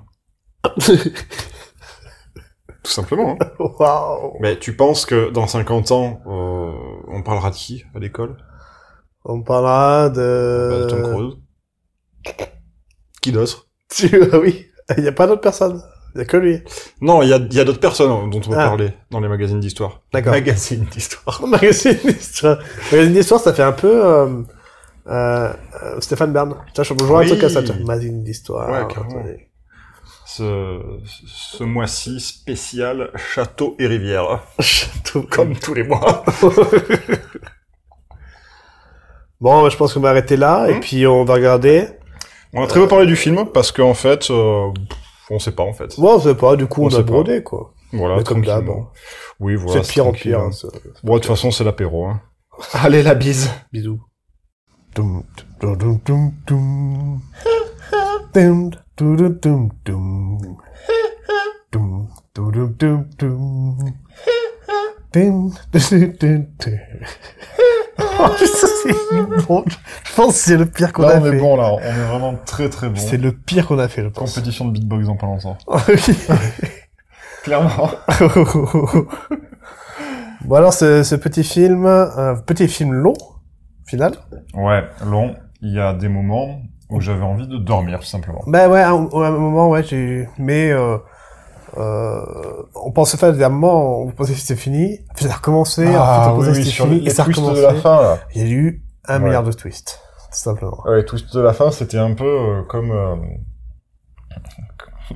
Speaker 1: Tout simplement. hein.
Speaker 2: Waouh
Speaker 1: Mais tu penses que dans 50 ans, euh, on parlera de qui à l'école
Speaker 2: On parlera
Speaker 1: Bah,
Speaker 2: de...
Speaker 1: De Tom Cruise Qui d'autre
Speaker 2: Tu- Ah oui, il n'y a pas d'autre personne. Il n'y a que lui.
Speaker 1: Non, il y a, il y a d'autres personnes dont on va
Speaker 2: Ah.
Speaker 1: parler dans les magazines d'histoire.
Speaker 2: D'accord.
Speaker 3: Magazine d'histoire.
Speaker 2: Magazine d'histoire. Magazine d'histoire, ça fait un peu... euh, euh, euh, Stéphane Bern. Tiens, je vais jouer un
Speaker 1: Oui.
Speaker 2: truc à ça. tiens. Magazine d'histoire.
Speaker 1: Ouais, carrément.
Speaker 2: attendez.
Speaker 1: Ce, ce mois-ci spécial château et rivière.
Speaker 2: Château.
Speaker 1: Comme tous les mois.
Speaker 2: Bon, bah, je pense qu'on va arrêter là, et
Speaker 1: Hmm.
Speaker 2: puis on va regarder.
Speaker 1: On a très peu parlé du film parce qu'en fait, euh, pff, on sait pas en fait.
Speaker 2: Bon, c'est pas, du coup,
Speaker 1: On
Speaker 2: on, a
Speaker 1: sait pas.
Speaker 2: brodé, quoi.
Speaker 1: Voilà,
Speaker 2: Mais comme d'hab,
Speaker 1: tranquillement.
Speaker 2: hein.
Speaker 1: Oui, voilà.
Speaker 2: c'est de pire en
Speaker 1: tranquille,
Speaker 2: pire.
Speaker 1: hein.
Speaker 2: hein, ça.
Speaker 1: Bon, de toute façon, c'est l'apéro. Hein. Allez, la bise.
Speaker 2: Bisous. Dum, dum, dum, dum, dum. Dum, dum, dum, dum, dum. Dum, dum, dum, dum, dum. Dum, dum, dum, dum, dum. Oh, ça, c'est bon. Je pense que c'est le pire qu'on a fait.
Speaker 1: là. On est vraiment très très bon.
Speaker 2: C'est le pire qu'on a fait, je pense.
Speaker 1: Compétition de beatbox en pas longtemps.
Speaker 2: Ah oui.
Speaker 1: Clairement.
Speaker 2: bon alors ce, ce petit film, un petit film long, au final.
Speaker 1: Ouais, long. Il y a des moments où j'avais envie de dormir, tout simplement.
Speaker 2: Ben ouais, à un, à un moment ouais, j'ai mais euh, euh, on pensait faire dernièrement, on pensait que c'était fini, puis ça a recommencé,
Speaker 1: Ah
Speaker 2: ensuite on pensait que c'était fini, et ça a recommencé.
Speaker 1: fin, là.
Speaker 2: Il y a eu un
Speaker 1: Ouais.
Speaker 2: milliard de twists, tout simplement.
Speaker 1: Ouais, les twists de la fin, c'était un peu euh, comme... Euh...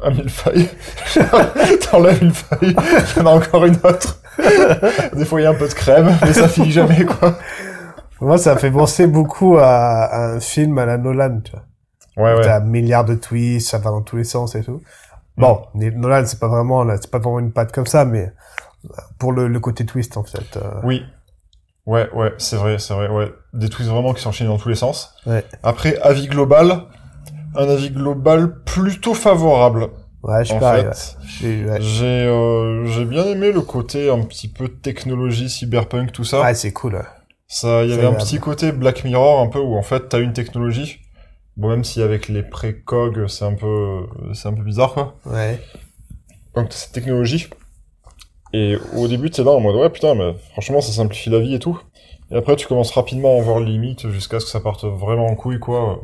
Speaker 1: Un mille failles. T'enlèves une faille, t'en as encore une autre. Des fois, il y a un peu de crème, mais ça finit jamais, quoi.
Speaker 2: Moi, ça fait penser beaucoup à, à un film à la Nolan, tu vois.
Speaker 1: Ouais, ouais.
Speaker 2: T'as un milliard de twists, ça va dans tous les sens et tout. Bon,
Speaker 1: Mm.
Speaker 2: mais Nolan, c'est pas vraiment, là, c'est pas vraiment une patte comme ça, mais pour le, le côté twist, en fait. euh,
Speaker 1: Oui. Ouais, ouais, c'est vrai, c'est vrai, ouais. Des twists vraiment qui s'enchaînent dans tous les sens.
Speaker 2: Ouais.
Speaker 1: Après, avis global. Un avis global plutôt favorable,
Speaker 2: Ouais, je
Speaker 1: en
Speaker 2: sais pas. ouais.
Speaker 1: fait.
Speaker 2: J'ai- ouais.
Speaker 1: J'ai euh, j'ai bien aimé le côté un petit peu technologie, cyberpunk, tout ça.
Speaker 2: Ouais, c'est cool. hein. ouais.
Speaker 1: Ça, il y
Speaker 2: C'est
Speaker 1: avait un
Speaker 2: agréable.
Speaker 1: petit côté Black Mirror un peu où en fait t'as une technologie. Bon, même si avec les précogs c'est un peu, c'est un peu bizarre quoi.
Speaker 2: Ouais.
Speaker 1: Donc t'as cette technologie. Et au début t'es là en mode ouais putain mais franchement ça simplifie la vie et tout. Et après tu commences rapidement à en voir les limites jusqu'à ce que ça parte vraiment en couille quoi.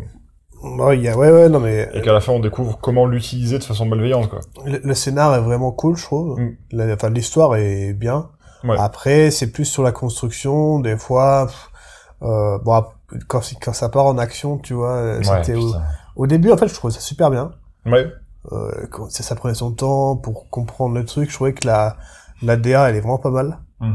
Speaker 2: Bon, il y a, ouais, ouais, non, mais
Speaker 1: Et qu'à la fin on découvre comment l'utiliser de façon malveillante quoi.
Speaker 2: le, le scénar est vraiment cool, je trouve.
Speaker 1: Mm.
Speaker 2: La- Enfin, l'histoire est bien.
Speaker 1: Ouais.
Speaker 2: Après, c'est plus sur la construction, des fois. pff, euh, bon, ap- quand, c'est- quand ça part en action, tu vois, euh, c'était
Speaker 1: ouais,
Speaker 2: au,
Speaker 1: putain.
Speaker 2: au début, en fait, je trouvais ça super bien.
Speaker 1: ouais.
Speaker 2: Euh, quand ça, ça prenait son temps pour comprendre le truc. Je trouvais que la, la DA, elle est vraiment pas mal.
Speaker 1: Mm.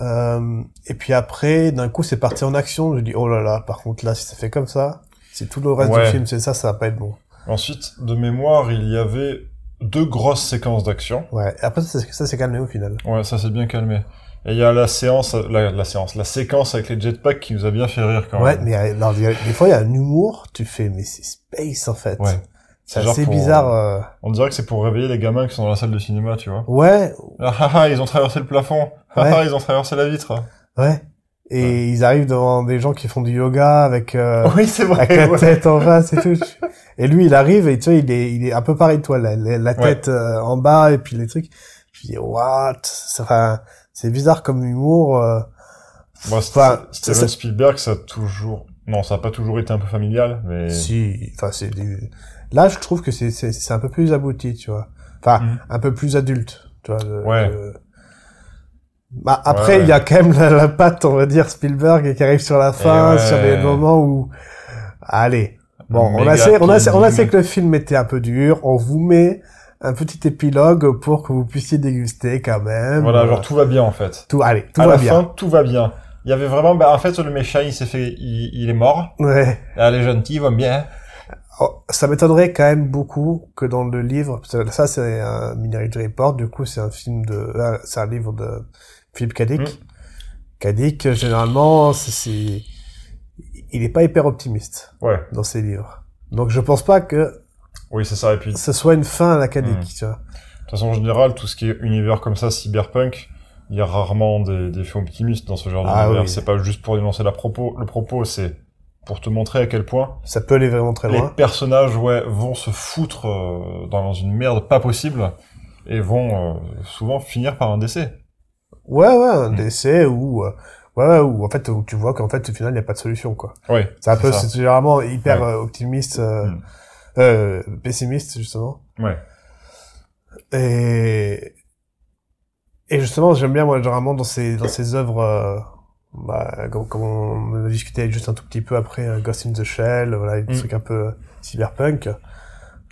Speaker 2: Euh, et puis après, d'un coup, c'est parti en action. Je dis, oh là là, par contre, là, si ça fait comme ça, si tout le reste
Speaker 1: Ouais.
Speaker 2: du film, c'est ça, ça va pas être bon.
Speaker 1: Ensuite de mémoire il y avait deux grosses séquences d'action.
Speaker 2: Ouais. Et après, ça, c'est- ça s'est calmé au final.
Speaker 1: Ouais, ça s'est bien calmé. Et il y a la séance, la, la séance, la séquence avec les jetpacks qui nous a bien fait rire quand
Speaker 2: Ouais,
Speaker 1: même.
Speaker 2: mais euh, alors, il y a- des fois, il y a un humour, tu fais, mais c'est space, en fait.
Speaker 1: Ouais.
Speaker 2: C'est
Speaker 1: genre
Speaker 2: assez
Speaker 1: pour-
Speaker 2: bizarre. euh.
Speaker 1: On dirait que c'est pour réveiller les gamins qui sont dans la salle de cinéma, tu vois.
Speaker 2: Ouais,
Speaker 1: Ah ah ah, ils ont traversé le plafond. Ah
Speaker 2: Oh. Ouais.
Speaker 1: ah, ils ont traversé la vitre.
Speaker 2: ouais. Et
Speaker 1: Ouais.
Speaker 2: ils arrivent devant des gens qui font du yoga avec... euh,
Speaker 1: oui, c'est vrai.
Speaker 2: avec la
Speaker 1: ouais.
Speaker 2: tête en face et tout. Et lui, il arrive et tu vois, il est, il est un peu pareil, toi, la, la, la
Speaker 1: Ouais.
Speaker 2: tête euh, en bas et puis les trucs. Je dis, what? C'est- enfin, C'est bizarre comme humour. euh.
Speaker 1: Moi, c'est-
Speaker 2: Enfin,
Speaker 1: Steven
Speaker 2: ça-
Speaker 1: Spielberg, ça a toujours... Non, ça a pas toujours été un peu familial, mais...
Speaker 2: Si, enfin, c'est du- Là, je trouve que c'est, c'est, c'est un peu plus abouti, tu vois. Enfin,
Speaker 1: Mhm.
Speaker 2: un peu plus adulte, tu vois. le-
Speaker 1: Ouais.
Speaker 2: le- Bah, après, il
Speaker 1: Ouais, ouais.
Speaker 2: y a quand même la, la patte, on va dire, Spielberg, qui arrive sur la fin,
Speaker 1: ouais.
Speaker 2: sur les moments où... Allez, bon, on a,
Speaker 1: Méga
Speaker 2: sait, on, a sait, on a
Speaker 1: killing.
Speaker 2: sait que le film était un peu dur, on vous met un petit épilogue pour que vous puissiez déguster quand même.
Speaker 1: Voilà, genre tout va bien en fait.
Speaker 2: Tout, allez, tout
Speaker 1: à
Speaker 2: va
Speaker 1: la
Speaker 2: bien.
Speaker 1: fin, tout va bien. Il y avait vraiment, bah, en fait, le méchant, il s'est fait, il, il est mort.
Speaker 2: Ouais.
Speaker 1: Là, les gentils vont bien.
Speaker 2: Oh, ça m'étonnerait quand même beaucoup que dans le livre, parce que ça c'est un Minority Report, du coup c'est un film de, euh, c'est un livre de Philippe Kadik.
Speaker 1: Mm.
Speaker 2: Kadik, euh, généralement, c'est, c'est- il est pas hyper optimiste
Speaker 1: Ouais,
Speaker 2: dans ses livres. Donc je pense pas que
Speaker 1: oui, c'est ça. Et puis, de
Speaker 2: ce soit une fin à la Kadik,
Speaker 1: Mm.
Speaker 2: tu vois.
Speaker 1: toute façon, en général, tout ce qui est univers comme ça, cyberpunk, il y a rarement des, des films optimistes dans ce genre
Speaker 2: Ah
Speaker 1: d'univers.
Speaker 2: oui.
Speaker 1: C'est pas juste pour dénoncer la propos. Le propos, c'est pour te montrer à quel point
Speaker 2: Ça peut aller vraiment très
Speaker 1: les
Speaker 2: loin.
Speaker 1: personnages, ouais, vont se foutre euh, dans une merde pas possible et vont euh, souvent finir par un décès.
Speaker 2: Ouais, ouais, un
Speaker 1: Mm.
Speaker 2: décès ou, euh, ouais, ou en fait, où tu vois qu'en fait, au final, il n'y a pas de solution, quoi.
Speaker 1: Ouais.
Speaker 2: C'est un peu,
Speaker 1: ça.
Speaker 2: c'est généralement hyper euh, optimiste, euh,
Speaker 1: Mm.
Speaker 2: euh, pessimiste justement.
Speaker 1: Ouais.
Speaker 2: Et et justement, j'aime bien moi généralement dans ces dans ces œuvres, euh, bah, comme, comme on a discuté juste un tout petit peu après euh, Ghost in the Shell, voilà, des
Speaker 1: Mm.
Speaker 2: trucs un peu euh, cyberpunk,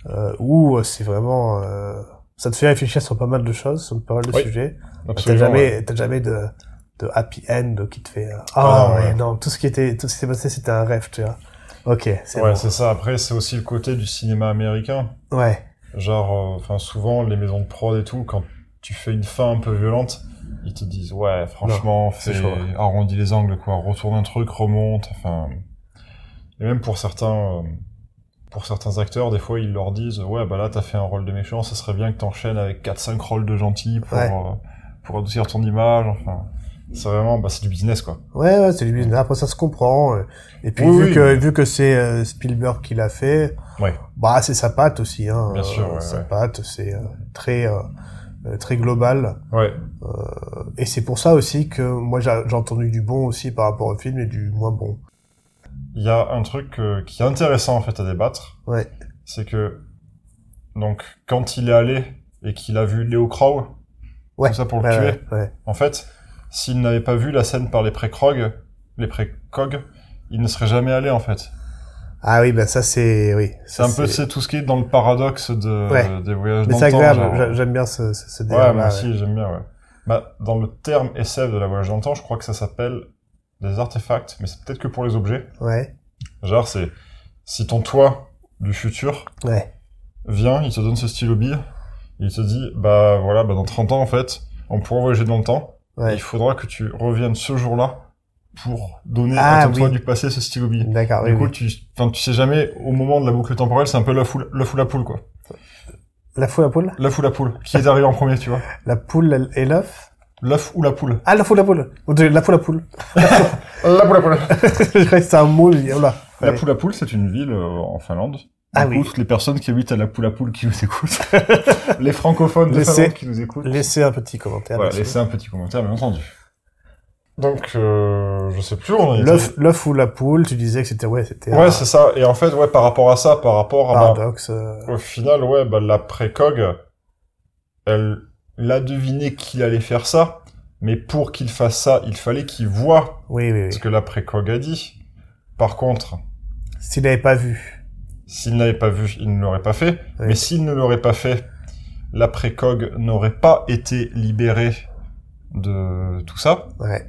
Speaker 2: euh, où euh, c'est vraiment, euh, ça te fait réfléchir sur pas mal de choses, sur pas mal de
Speaker 1: Oui.
Speaker 2: sujets. T'as
Speaker 1: Absolument. ouais.
Speaker 2: jamais, t'as jamais de, de happy end qui te fait. euh,
Speaker 1: Ah
Speaker 2: Ah
Speaker 1: non,
Speaker 2: ouais,
Speaker 1: ouais.
Speaker 2: non, tout ce qui était, tout ce qui s'est passé, c'était un rêve, tu vois. Ok, c'est
Speaker 1: Ouais,
Speaker 2: bon.
Speaker 1: c'est ça. Après, c'est aussi le côté du cinéma américain.
Speaker 2: Ouais,
Speaker 1: Genre, euh, enfin, souvent, les maisons de prod et tout, quand tu fais une fin un peu violente, ils te disent, ouais, franchement, fais,
Speaker 2: c'est chaud, ouais.
Speaker 1: arrondis les angles, quoi, retourne un truc, remonte, enfin. Et même pour certains, euh, pour certains acteurs, des fois, ils leur disent, ouais, bah là, t'as fait un rôle de méchant, ça serait bien que t'enchaînes avec 4-5 rôles de gentil pour,
Speaker 2: Ouais.
Speaker 1: euh, pour adoucir ton image, enfin. C'est vraiment, bah, c'est du business, quoi.
Speaker 2: ouais, ouais, c'est lui. Après, ça se comprend. euh. Et puis,
Speaker 1: Oui,
Speaker 2: vu
Speaker 1: oui.
Speaker 2: que, vu que c'est euh, Spielberg qui l'a fait,
Speaker 1: Ouais.
Speaker 2: bah, c'est sa patte aussi, hein.
Speaker 1: Bien
Speaker 2: euh,
Speaker 1: sûr, ouais,
Speaker 2: sa
Speaker 1: ouais.
Speaker 2: patte, c'est euh, très, euh, euh, très global. Euh,
Speaker 1: Ouais.
Speaker 2: Et c'est pour ça aussi que moi, j'a- j'ai entendu du bon aussi par rapport au film et du moins bon.
Speaker 1: il y a un truc euh, qui est intéressant en fait à débattre.
Speaker 2: Ouais.
Speaker 1: C'est que donc quand il est allé et qu'il a vu Léo Crow,
Speaker 2: Ouais.
Speaker 1: tout ça pour le
Speaker 2: Ouais,
Speaker 1: tuer.
Speaker 2: ouais, ouais.
Speaker 1: En fait, s'il n'avait pas vu la scène par les pré-crog, les pré-cog, il ne serait jamais allé en fait.
Speaker 2: Ah oui, ben ça, c'est, oui.
Speaker 1: C'est un peu c'est tout ce qui est dans le paradoxe de
Speaker 2: Ouais.
Speaker 1: des voyages
Speaker 2: Mais
Speaker 1: dans
Speaker 2: c'est
Speaker 1: le temps.
Speaker 2: agréable.
Speaker 1: genre. euh,
Speaker 2: j'a- J'aime bien ce, ce, ce
Speaker 1: Ouais,
Speaker 2: délire-là.
Speaker 1: moi
Speaker 2: ouais.
Speaker 1: aussi j'aime bien. Ouais. Bah dans le terme SF de la voyage dans le temps, je crois que ça s'appelle des artefacts, mais c'est peut-être que pour les objets.
Speaker 2: Ouais.
Speaker 1: Genre c'est si ton toit du futur
Speaker 2: Ouais.
Speaker 1: vient, il te donne ce stylo bille, il te dit, bah voilà, bah dans 30 ans en fait, on pourra voyager dans le temps,
Speaker 2: Ouais.
Speaker 1: et il faudra que tu reviennes ce jour-là pour donner
Speaker 2: Ah,
Speaker 1: à ton
Speaker 2: oui.
Speaker 1: toi du passé ce stylo bille.
Speaker 2: D'accord, oui,
Speaker 1: du coup,
Speaker 2: oui.
Speaker 1: tu, enfin, tu sais jamais, au moment de la boucle temporelle, c'est un peu la foule, la foule à poule, quoi.
Speaker 2: La foule à poule
Speaker 1: La foule à poule. Qui est arrivé en premier, tu vois.
Speaker 2: La poule elle- et l'œuf
Speaker 1: L'œuf ou la poule.
Speaker 2: Ah, la foule à poule Ou de- La foule à poule.
Speaker 1: La poule à poule.
Speaker 2: Je oh croyais que c'était un mot, mais voilà.
Speaker 1: La
Speaker 2: Ouais.
Speaker 1: poule à poule, c'est une ville euh, en Finlande.
Speaker 2: Ah
Speaker 1: du coup,
Speaker 2: oui.
Speaker 1: toutes les personnes qui habitent à la poule à poule qui nous écoutent. les francophones de
Speaker 2: Laissez-
Speaker 1: Finlande qui nous écoutent.
Speaker 2: Laissez un petit commentaire.
Speaker 1: Voilà,
Speaker 2: là-dessus.
Speaker 1: laissez un petit commentaire, bien entendu. Ah bah, Donc, euh, je sais plus où on en était.
Speaker 2: L'œuf, l'œuf ou la poule, tu disais que c'était, ouais, c'était
Speaker 1: Ouais,
Speaker 2: un
Speaker 1: c'est ça. Et en fait, ouais, par rapport à ça, par rapport à... bah,
Speaker 2: paradoxe. euh,
Speaker 1: au final, ouais, bah, la précog, elle l'a deviné qu'il allait faire ça. Mais pour qu'il fasse ça, il fallait qu'il voit
Speaker 2: Oui, oui,
Speaker 1: ce
Speaker 2: oui.
Speaker 1: que la précog a dit. Par contre,
Speaker 2: S'il n'avait pas vu.
Speaker 1: s'il n'avait pas vu, il ne l'aurait pas fait.
Speaker 2: Ouais.
Speaker 1: Mais s'il ne l'aurait pas fait, la précog n'aurait pas été libérée de tout ça.
Speaker 2: Ouais.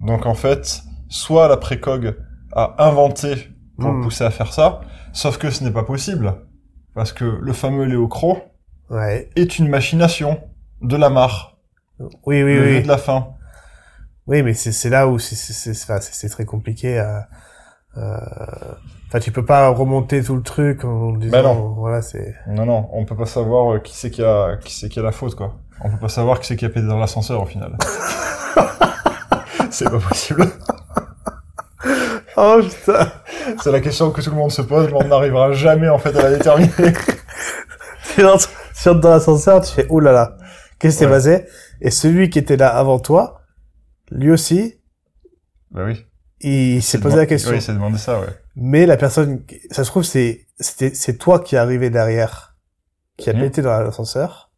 Speaker 1: Donc en fait, soit la précog a inventé pour le
Speaker 2: Mm.
Speaker 1: pousser à faire ça, sauf que ce n'est pas possible. Parce que le fameux Léo Cro
Speaker 2: Ouais.
Speaker 1: est une machination de la mare,
Speaker 2: Oui, oui,
Speaker 1: le
Speaker 2: oui.
Speaker 1: lieu de la fin.
Speaker 2: Oui, mais c'est, c'est là où c'est, c'est, c'est, enfin, c'est- c'est très compliqué à, euh, enfin, tu peux pas remonter tout le truc en disant,
Speaker 1: Bah non.
Speaker 2: voilà, c'est,
Speaker 1: Non, non, on peut pas savoir euh, qui c'est qui a, qui c'est qui a la faute, quoi. On peut pas savoir qui c'est qui a pété dans l'ascenseur, au final. c'est pas possible.
Speaker 2: oh putain!
Speaker 1: C'est la question que tout le monde se pose, mais on n'arrivera jamais, en fait, à la déterminer.
Speaker 2: Tu rentres- tu rentres dans l'ascenseur, tu fais, oh là là, qu'est-ce qui s'est
Speaker 1: Ouais.
Speaker 2: passé? Et celui qui était là avant toi, lui aussi,
Speaker 1: bah oui.
Speaker 2: il s'est
Speaker 1: C'est
Speaker 2: posé
Speaker 1: demand-
Speaker 2: la question.
Speaker 1: Oui, c'est demandé ça, ouais.
Speaker 2: Mais la personne, ça se trouve, c'est, c'était, c'est toi qui est arrivé derrière, qui a
Speaker 1: Mhm.
Speaker 2: pété dans l'ascenseur.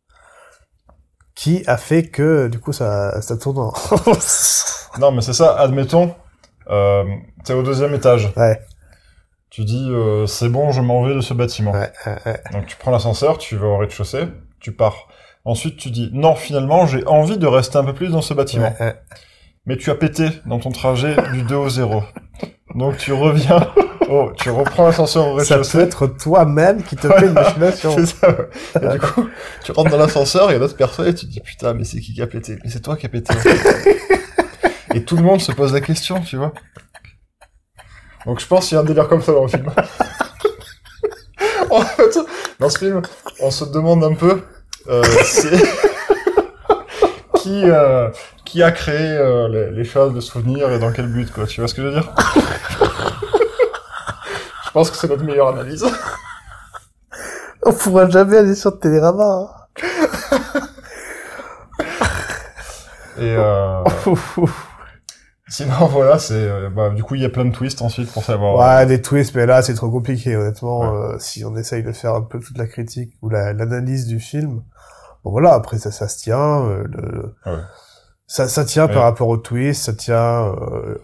Speaker 2: qui a fait que du coup ça, ça tourne en...
Speaker 1: Non, mais c'est ça, admettons, euh, t'es au deuxième étage.
Speaker 2: Ouais.
Speaker 1: Tu dis, euh, c'est bon, je m'en vais de ce bâtiment.
Speaker 2: ouais, ouais, ouais.
Speaker 1: Donc tu prends l'ascenseur, tu vas au rez-de-chaussée, tu pars. Ensuite, tu dis, non, finalement, j'ai envie de rester un peu plus dans ce bâtiment.
Speaker 2: Ouais, ouais.
Speaker 1: Mais tu as pété dans ton trajet du 2 au 0. Donc tu reviens, au- tu reprends l'ascenseur au
Speaker 2: Ça peut
Speaker 1: rez-de-chaussée.
Speaker 2: être toi-même qui te fait une machination.
Speaker 1: C'est ça. ouais. Et du coup, tu rentres dans l'ascenseur, il y a d'autres personnes et tu te dis putain, mais c'est qui qui a pété Mais c'est toi qui a pété. en fait. et tout le monde se pose la question, tu vois. Donc je pense qu'il y a un délire comme ça dans le film. en fait, dans ce film, on se demande un peu euh, si- qui euh, qui a créé euh, les, les choses, le souvenir et dans quel but, quoi. Tu vois ce que je veux dire Je pense que c'est notre meilleure analyse.
Speaker 2: On pourra jamais aller sur Télérama. hein.
Speaker 1: Et euh,
Speaker 2: hein.
Speaker 1: Sinon, voilà, c'est. euh, bah, du coup, il y a plein de twists ensuite pour savoir. euh,
Speaker 2: Ouais, des twists, mais là, c'est trop compliqué, honnêtement. euh, si on essaye de faire un peu toute la critique ou la- l'analyse du film, bon voilà, après, ça, ça se tient. euh, le-
Speaker 1: Ah Ouais.
Speaker 2: ça, ça tient
Speaker 1: Ouais.
Speaker 2: par rapport au twist, ça tient... euh,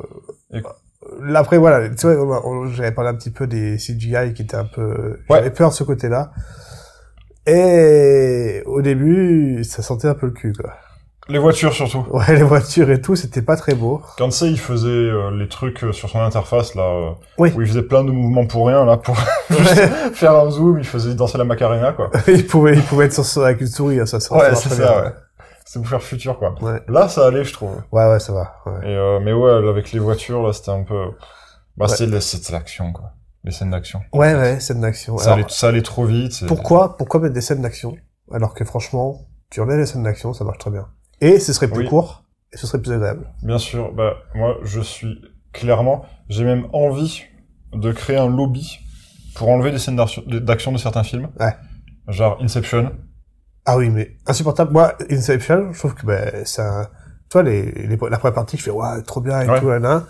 Speaker 1: Et-
Speaker 2: euh, Après, voilà, tu vois, on a- on- j'avais parlé un petit peu des CGI qui étaient un peu...
Speaker 1: Ouais.
Speaker 2: J'avais peur de ce côté-là. Et au début, ça sentait un peu le cul, quoi.
Speaker 1: Les voitures surtout.
Speaker 2: Ouais, les voitures et tout, c'était pas très beau.
Speaker 1: Quand c'est, il faisait euh, les trucs euh, sur son interface là, euh,
Speaker 2: Oui.
Speaker 1: où il faisait plein de mouvements pour rien là, pour juste faire un zoom, il faisait danser la macarena quoi.
Speaker 2: il pouvait, il pouvait être sur, sur- avec une souris, hein, ça, ça
Speaker 1: Ouais,
Speaker 2: marche
Speaker 1: c'est
Speaker 2: très
Speaker 1: ça.
Speaker 2: bien.
Speaker 1: Ouais. C'est pour faire futur quoi.
Speaker 2: Ouais.
Speaker 1: Là, ça allait, je trouve.
Speaker 2: Ouais, ouais, ça va. Ouais.
Speaker 1: Et euh, mais ouais, avec les voitures là, c'était un peu. Bah,
Speaker 2: Ouais.
Speaker 1: c'est le- c'était l'action quoi. Les scènes d'action.
Speaker 2: Ouais, ouais, scène d'action.
Speaker 1: Ça,
Speaker 2: Alors,
Speaker 1: allait, ça allait trop vite. et-
Speaker 2: Pourquoi, pourquoi mettre des scènes d'action alors que franchement, tu enlèves les scènes d'action, ça marche très bien. Et ce serait plus
Speaker 1: Oui.
Speaker 2: court et ce serait plus agréable.
Speaker 1: Bien sûr, bah, moi je suis clairement, j'ai même envie de créer un lobby pour enlever des scènes d'action- d'action de certains films.
Speaker 2: Ouais.
Speaker 1: Genre Inception.
Speaker 2: Ah oui, mais insupportable. Moi, Inception, je trouve que ben ça, toi les, les- la première partie, je fais ouais, trop bien et
Speaker 1: Ouais.
Speaker 2: tout, là, là.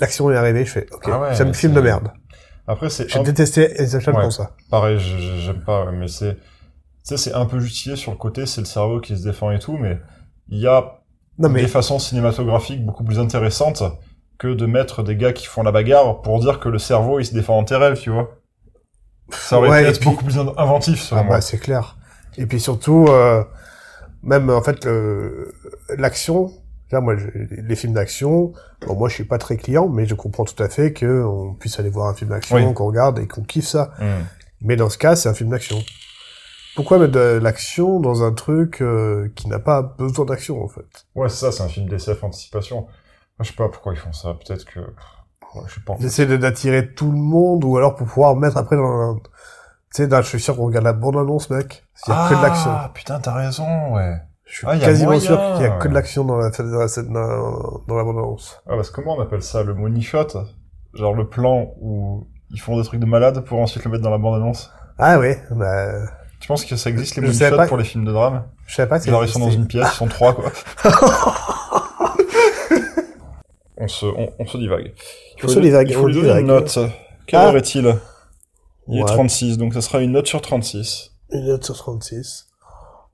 Speaker 2: L'action est arrivée, je fais ok,
Speaker 1: Ah ouais,
Speaker 2: c'est un film de
Speaker 1: c'est-
Speaker 2: merde.
Speaker 1: Après, c'est
Speaker 2: J'ai
Speaker 1: un...
Speaker 2: détesté Inception
Speaker 1: Ouais.
Speaker 2: pour ça.
Speaker 1: pareil, je- je- j'aime pas, mais c'est, tu sais, c'est un peu justifié sur le côté, c'est le cerveau qui se défend et tout, mais il y a
Speaker 2: Non mais
Speaker 1: des façons cinématographiques beaucoup plus intéressantes que de mettre des gars qui font la bagarre pour dire que le cerveau il se défend en tes rêves, tu vois. Ça aurait
Speaker 2: Ouais,
Speaker 1: pu
Speaker 2: et
Speaker 1: être
Speaker 2: puis-
Speaker 1: beaucoup plus in- inventif, selon
Speaker 2: Ah
Speaker 1: moi.
Speaker 2: bah, c'est clair. Et puis surtout, euh, même en fait, le- l'action. Là, moi, je- les films d'action. Bon, moi, je suis pas très client, mais je comprends tout à fait que on puisse aller voir un film d'action
Speaker 1: Oui.
Speaker 2: qu'on regarde et qu'on kiffe ça.
Speaker 1: Hmm.
Speaker 2: Mais dans ce cas, c'est un film d'action. Pourquoi mettre de l'action dans un truc euh, qui n'a pas besoin d'action en fait
Speaker 1: Ouais, c'est ça, c'est un film d'SF anticipation. Moi, je sais pas pourquoi ils font ça. Peut-être que. Ouais, je sais pas.
Speaker 2: Essayer de- d'attirer tout le monde ou alors pour pouvoir mettre après dans un... Tu sais, dans- je suis sûr qu'on regarde la bande-annonce, mec. Il y a que de l'action.
Speaker 1: Ah, putain, t'as raison, ouais.
Speaker 2: Je suis
Speaker 1: Ah, il y a
Speaker 2: quasiment
Speaker 1: moyen.
Speaker 2: sûr qu'il y a que de l'action dans la, dans la, scène- dans, dans la bande-annonce.
Speaker 1: Ah, parce que comment on appelle ça Le money shot Genre le plan où ils font des trucs de malade pour ensuite le mettre dans la bande-annonce
Speaker 2: Ah oui, bah,
Speaker 1: Tu penses que ça existe les
Speaker 2: Je
Speaker 1: money
Speaker 2: savais
Speaker 1: shots
Speaker 2: pas.
Speaker 1: pour les films de drame
Speaker 2: je savais pas que ça
Speaker 1: Genre ils sont dans
Speaker 2: existait.
Speaker 1: une pièce, ils sont trois, quoi. on, se, on, on se divague. Il
Speaker 2: On se divague,
Speaker 1: Il
Speaker 2: on
Speaker 1: faut lui donner une
Speaker 2: divague.
Speaker 1: note. Quelle
Speaker 2: Ah.
Speaker 1: heure est-il Il est
Speaker 2: Ouais.
Speaker 1: 36, donc ça sera une note sur 36.
Speaker 2: Une note sur 36.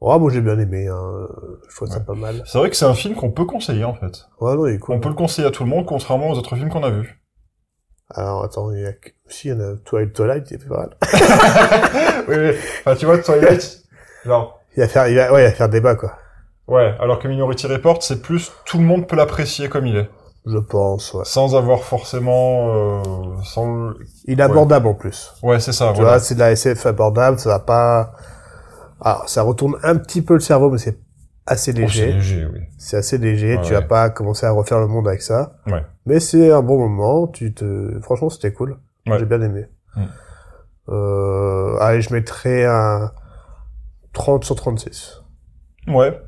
Speaker 2: Ouais, moi j'ai bien aimé, hein. je trouve ça
Speaker 1: Ouais.
Speaker 2: pas mal.
Speaker 1: C'est vrai que c'est un film qu'on peut conseiller, en fait.
Speaker 2: Ouais, non, il est cool.
Speaker 1: On peut le conseiller à tout le monde, contrairement aux autres films qu'on a vus.
Speaker 2: Alors attends, il y a... que- Si, il y en a Twilight, Twilight, il est pas mal.
Speaker 1: Oui, oui. Enfin, tu vois, Twilight, genre...
Speaker 2: Il va faire, il va... Ouais, il va faire débat, quoi.
Speaker 1: Ouais, alors que Minority Report, c'est plus tout le monde peut l'apprécier comme il est.
Speaker 2: Je pense, ouais.
Speaker 1: Sans avoir forcément... euh, sans...
Speaker 2: Il est abordable en plus.
Speaker 1: Ouais, c'est ça,
Speaker 2: Tu
Speaker 1: voilà. Oh,
Speaker 2: vois, c'est de la SF abordable, ça va pas... Alors, ça retourne un petit peu le cerveau, mais c'est assez
Speaker 1: Oh, c'est
Speaker 2: léger.
Speaker 1: léger, oui.
Speaker 2: C'est assez léger,
Speaker 1: Ouais,
Speaker 2: tu vas
Speaker 1: ouais.
Speaker 2: pas commencer à refaire le monde avec ça.
Speaker 1: Ouais.
Speaker 2: Mais c'est un bon moment, tu te... Franchement, c'était cool.
Speaker 1: Ouais.
Speaker 2: J'ai bien aimé.
Speaker 1: Mm.
Speaker 2: Euh... Allez, je mettrais un 30 sur 36.
Speaker 1: Ouais.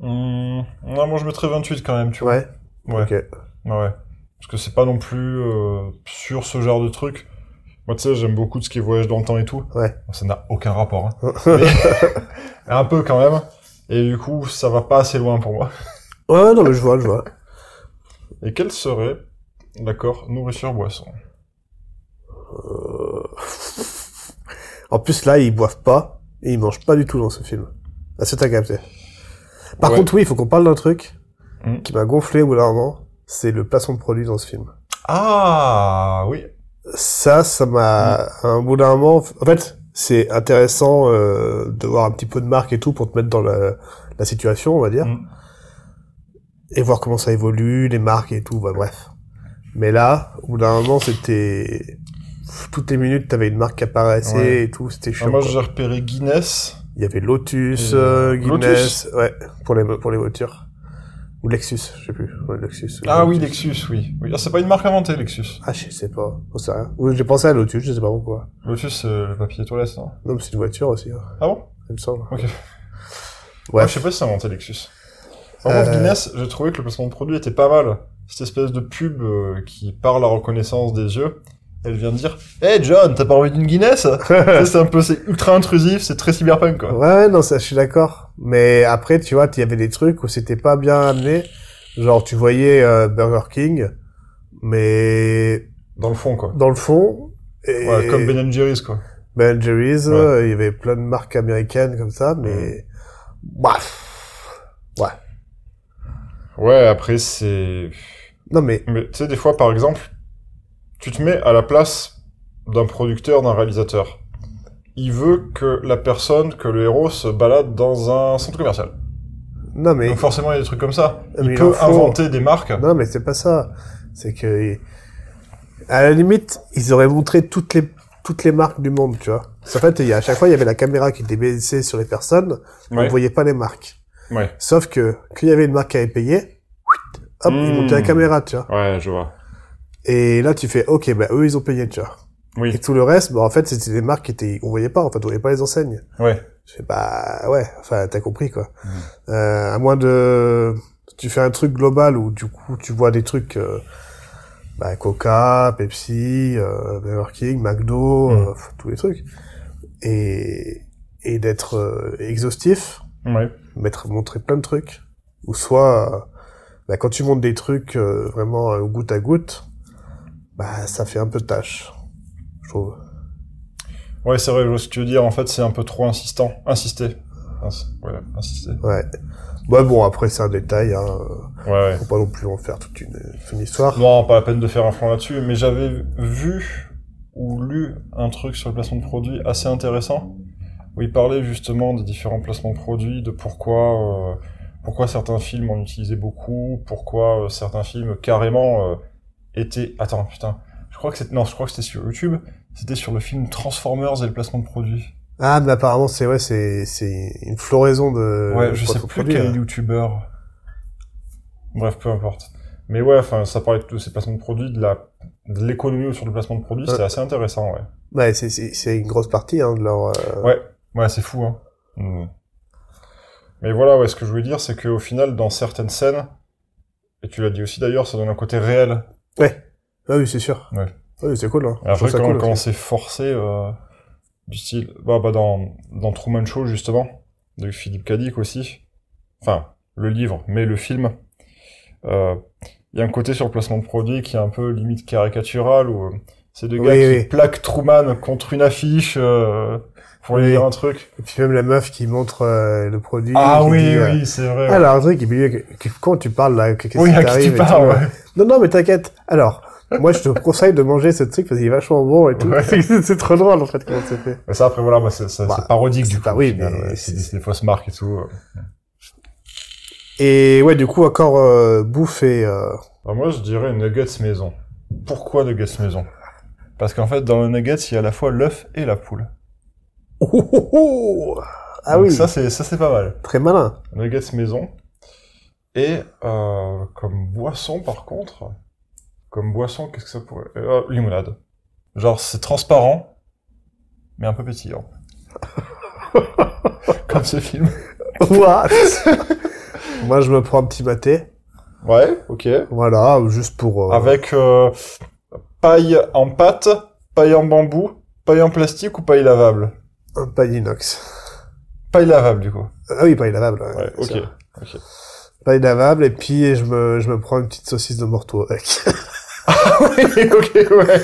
Speaker 1: Hum, Non, moi, je mettrais 28, quand même, tu vois.
Speaker 2: Ouais.
Speaker 1: Ouais,
Speaker 2: Ok.
Speaker 1: ouais. Parce que c'est pas non plus euh, sur ce genre de truc. Moi, tu sais, j'aime beaucoup tout ce qui est voyage dans le temps et tout.
Speaker 2: Ouais.
Speaker 1: Ça n'a aucun rapport, hein. Un peu quand même. Et du coup, ça va pas assez loin pour moi.
Speaker 2: ouais, non, mais je vois, je vois.
Speaker 1: Et quel serait l'accord nourriture-boisson
Speaker 2: Euh, En plus, là, ils boivent pas et ils mangent pas du tout dans ce film. Ah, c'est à capter. Par
Speaker 1: Ouais.
Speaker 2: contre, oui, il faut qu'on parle d'un truc
Speaker 1: Mm.
Speaker 2: qui m'a gonflé au bout d'un moment. C'est le placement de produit dans ce film.
Speaker 1: Ah oui.
Speaker 2: Ça, ça
Speaker 1: Mm.
Speaker 2: m'a... Un bout d'un moment... En fait, c'est intéressant euh, de voir un petit peu de marque et tout pour te mettre dans la, la situation, on va dire.
Speaker 1: Mm.
Speaker 2: Et voir comment ça évolue, les marques et tout, bah, bref. Mais là, au bout d'un moment, c'était... Pff, Toutes les minutes, t'avais une marque qui apparaissait
Speaker 1: Ouais.
Speaker 2: et tout, c'était
Speaker 1: Ah,
Speaker 2: chiant.
Speaker 1: moi
Speaker 2: quoi.
Speaker 1: j'ai repéré Guinness.
Speaker 2: Il y avait Lotus,
Speaker 1: Et,
Speaker 2: euh,
Speaker 1: Lotus
Speaker 2: Guinness, ouais, pour les, pour les voitures. Ou Lexus, je sais plus. Ouais, Lexus.
Speaker 1: Ah oui, Lexus, oui. oui. Ah, c'est pas une marque inventée, Lexus.
Speaker 2: Ah, je sais pas. J'en sais rien. Oui, J'ai pensé à Lotus, je sais pas pourquoi.
Speaker 1: Lexus, c'est le papier toilette, non
Speaker 2: Non, mais c'est une voiture aussi, hein,
Speaker 1: Ah bon
Speaker 2: il me semble.
Speaker 1: Ok.
Speaker 2: Ouais.
Speaker 1: Ah, je sais pas si c'est inventé, Lexus. Par contre,
Speaker 2: Euh.
Speaker 1: Guinness, j'ai trouvé que le placement de produit était pas mal. Cette espèce de pub euh, qui parle la reconnaissance des yeux, elle vient de dire « Hey John, t'as pas envie d'une Guinness ?» Ça, C'est un peu, c'est ultra intrusif, c'est très cyberpunk, quoi.
Speaker 2: Ouais, non, ça, je suis d'accord. Mais après, tu vois, il y avait des trucs où c'était pas bien amené. Genre, tu voyais euh, Burger King, mais
Speaker 1: Dans le fond, quoi.
Speaker 2: dans le fond... Et...
Speaker 1: Ouais, comme Ben Jerry's, quoi.
Speaker 2: Ben Jerry's,
Speaker 1: Ouais.
Speaker 2: euh, il y avait plein de marques américaines comme ça, mais... Bah, Bref.
Speaker 1: Ouais, après, c'est...
Speaker 2: Non, mais...
Speaker 1: Mais tu sais, des fois, par exemple, tu te mets à la place d'un producteur, d'un réalisateur. Il veut que la personne, que le héros se balade dans un centre commercial.
Speaker 2: Non, mais...
Speaker 1: Donc forcément, il y a des trucs comme ça.
Speaker 2: mais
Speaker 1: Ah, Il
Speaker 2: il en
Speaker 1: peut
Speaker 2: faut.
Speaker 1: inventer des marques.
Speaker 2: Non, mais c'est pas ça. C'est que... À la limite, ils auraient montré toutes les toutes les marques du monde, tu vois. Parce qu'en fait, il y a, à chaque fois, il y avait la caméra qui était baissée sur les personnes, on
Speaker 1: Ouais.
Speaker 2: voyait pas les marques.
Speaker 1: Ouais.
Speaker 2: Sauf que, quand il y avait une marque qui avait payé, hop, ils
Speaker 1: Hmm.
Speaker 2: montaient la caméra, tu vois.
Speaker 1: ouais, je vois.
Speaker 2: Et là, tu fais, ok, bah, eux, ils ont payé, tu vois.
Speaker 1: Oui.
Speaker 2: Et tout le reste, bah, en fait, c'était des marques qui étaient, on voyait pas, en fait, on voyait pas les enseignes.
Speaker 1: Ouais.
Speaker 2: Je fais bah ouais, enfin t'as compris quoi.
Speaker 1: Mhm.
Speaker 2: Euh, à moins de tu fais un truc global où du coup tu vois des trucs euh, bah, Coca, Pepsi, euh, Burger King, McDo,
Speaker 1: Mhm.
Speaker 2: euh, pff, tous les trucs et et d'être euh, exhaustif,
Speaker 1: Ouais.
Speaker 2: mettre montrer plein de trucs ou soit euh, bah, quand tu montes des trucs euh, vraiment euh, goutte à goutte, bah ça fait un peu tâche, je trouve.
Speaker 1: Ouais, c'est vrai, je vois ce que tu veux dire. En fait, c'est un peu trop insistant. Insister. Ins- ouais, insister.
Speaker 2: Ouais. Bah bon après c'est un détail hein.
Speaker 1: Ouais, ouais.
Speaker 2: Faut pas non plus en faire toute une, une histoire.
Speaker 1: Non, pas la peine de faire un flanc là-dessus, mais j'avais vu ou lu un truc sur le placement de produits assez intéressant, où il parlait justement des différents placements de produits, de pourquoi, euh, pourquoi certains films en utilisaient beaucoup, pourquoi euh, certains films carrément euh, étaient... Attends, putain, je crois que c'était... Non, je crois que c'était sur YouTube, c'était sur le film Transformers et le placement de produits.
Speaker 2: Ah, mais apparemment, c'est ouais, c'est c'est une floraison de.
Speaker 1: ouais,
Speaker 2: de
Speaker 1: Euh, je sais
Speaker 2: propres
Speaker 1: plus
Speaker 2: produits,
Speaker 1: quel
Speaker 2: hein.
Speaker 1: youtubeur. Bref, peu importe. Mais ouais, enfin, ça parlait de tous ces placements de produits, de la de l'économie autour du placement de produits, c'était
Speaker 2: Ouais.
Speaker 1: assez intéressant, ouais.
Speaker 2: Ouais, c'est c'est c'est une grosse partie hein, de leur. euh,
Speaker 1: Ouais, ouais, c'est fou, hein. Mais voilà, ouais, ce que je voulais dire, c'est qu'au final, dans certaines scènes, et tu l'as dit aussi d'ailleurs, ça donne un côté réel.
Speaker 2: Ah oui, c'est sûr.
Speaker 1: Ouais.
Speaker 2: Oui, c'est cool. Hein.
Speaker 1: Et
Speaker 2: Je trouve
Speaker 1: après,
Speaker 2: ça
Speaker 1: quand,
Speaker 2: cool,
Speaker 1: quand
Speaker 2: aussi.
Speaker 1: c'est forcé, euh, du style, bah, bah, dans, dans Truman Show, justement, de Philippe Cadic aussi, enfin, le livre, mais le film, euh, il y a un côté sur le placement de produit qui est un peu limite caricatural, où euh, c'est deux
Speaker 2: Oui,
Speaker 1: gars qui
Speaker 2: oui.
Speaker 1: plaquent Truman contre une affiche, euh, pour lui
Speaker 2: Oui.
Speaker 1: dire un truc.
Speaker 2: Et puis même la meuf qui montre euh, le produit.
Speaker 1: Ah
Speaker 2: qui
Speaker 1: oui,
Speaker 2: dit, euh,
Speaker 1: oui, c'est vrai. ouais.
Speaker 2: Alors, un truc, il dit, quand tu parles là, qu'est-ce
Speaker 1: oui,
Speaker 2: qui
Speaker 1: à qui
Speaker 2: t'arrive
Speaker 1: tu
Speaker 2: et
Speaker 1: parles,
Speaker 2: tout,
Speaker 1: ouais.
Speaker 2: ouais. Non, non, mais t'inquiète. Alors, moi, je te conseille de manger ce truc parce qu'il est vachement bon et tout.
Speaker 1: Ouais.
Speaker 2: C'est c'est trop drôle, en fait, comment c'est fait.
Speaker 1: Mais ça, après, voilà, bah, c'est c'est-
Speaker 2: Bah,
Speaker 1: c'est parodique, du
Speaker 2: c'est
Speaker 1: coup.
Speaker 2: pas- oui,
Speaker 1: au final,
Speaker 2: mais
Speaker 1: ouais,
Speaker 2: c'est-
Speaker 1: C'est c'est des fausses marques et tout. euh.
Speaker 2: Et ouais, du coup, encore euh, bouffe et... euh,
Speaker 1: Alors, moi, je dirais Nuggets maison. Pourquoi Nuggets maison Parce qu'en fait, dans le Nuggets, il y a à la fois l'œuf et la poule.
Speaker 2: Oh, oh, oh Ah
Speaker 1: Donc
Speaker 2: oui,
Speaker 1: Ça, c'est ça, c'est pas mal.
Speaker 2: très malin.
Speaker 1: Nuggets maison. Et euh, comme boisson, par contre, comme boisson, qu'est-ce que ça pourrait... euh, limonade. Genre, c'est transparent, mais un peu pétillant. comme ce film.
Speaker 2: What Moi, je me prends un petit maté.
Speaker 1: Ouais, ok.
Speaker 2: Voilà, juste pour. euh,
Speaker 1: avec euh, paille en pâte, paille en bambou, paille en plastique ou paille lavable
Speaker 2: Un paille inox.
Speaker 1: Paille lavable du coup.
Speaker 2: Ah oui, paille lavable. ouais,
Speaker 1: Ouais,
Speaker 2: c'est
Speaker 1: ok.
Speaker 2: vrai. Paille lavable, et puis je me, je me prends une petite saucisse de morteau avec. ok, ouais.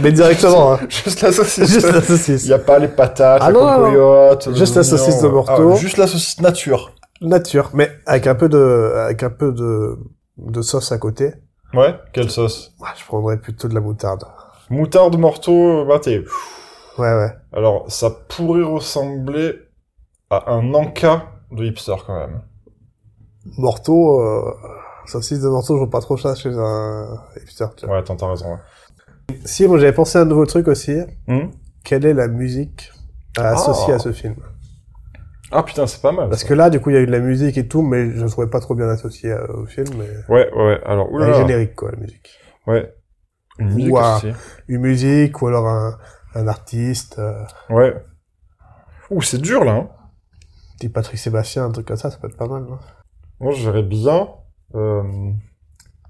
Speaker 4: Mais directement, hein.
Speaker 1: Juste la saucisse.
Speaker 4: Juste la
Speaker 1: Il
Speaker 4: saucisse.
Speaker 1: n'y a pas les patates,
Speaker 2: Ah
Speaker 1: la
Speaker 2: non, non, non.
Speaker 1: cocoyote, le
Speaker 2: Juste la
Speaker 1: oignon,
Speaker 2: saucisse de
Speaker 1: euh,
Speaker 2: Morteau.
Speaker 1: ah, juste la saucisse nature.
Speaker 2: Nature, mais avec un peu de, avec un peu de, de sauce à côté.
Speaker 1: Ouais, quelle sauce
Speaker 2: Ouais, je prendrais plutôt de la moutarde.
Speaker 1: Moutarde, Morteau, bah t'es-
Speaker 2: Ouais, ouais.
Speaker 1: Alors, ça pourrait ressembler à un anka de hipster, quand même.
Speaker 2: Morteau, euh, saucisse de morteau, je vois pas trop ça chez un hipster, tu vois.
Speaker 1: Ouais, attends, t'as raison. ouais.
Speaker 2: Si, moi j'avais pensé à un nouveau truc aussi.
Speaker 1: Hmm.
Speaker 2: Quelle est la musique à associer à ce film
Speaker 1: Ah putain, c'est pas mal.
Speaker 2: Parce
Speaker 1: ça.
Speaker 2: que là, du coup, il y a eu de la musique et tout, mais je ne trouvais pas trop bien associé euh, au film. Mais...
Speaker 1: Ouais, ouais, ouais, alors,
Speaker 2: Elle est
Speaker 1: oulala.
Speaker 2: générique, quoi, la musique.
Speaker 1: Ouais. Une musique
Speaker 2: Ouah.
Speaker 1: aussi.
Speaker 2: Une musique ou alors un, un artiste, euh,
Speaker 1: Ouais. Ouh, c'est dur, là, hein.
Speaker 2: petit Patrick Sébastien, un truc comme ça, ça peut être pas mal. non
Speaker 1: Moi, je verrais bien. Euh, un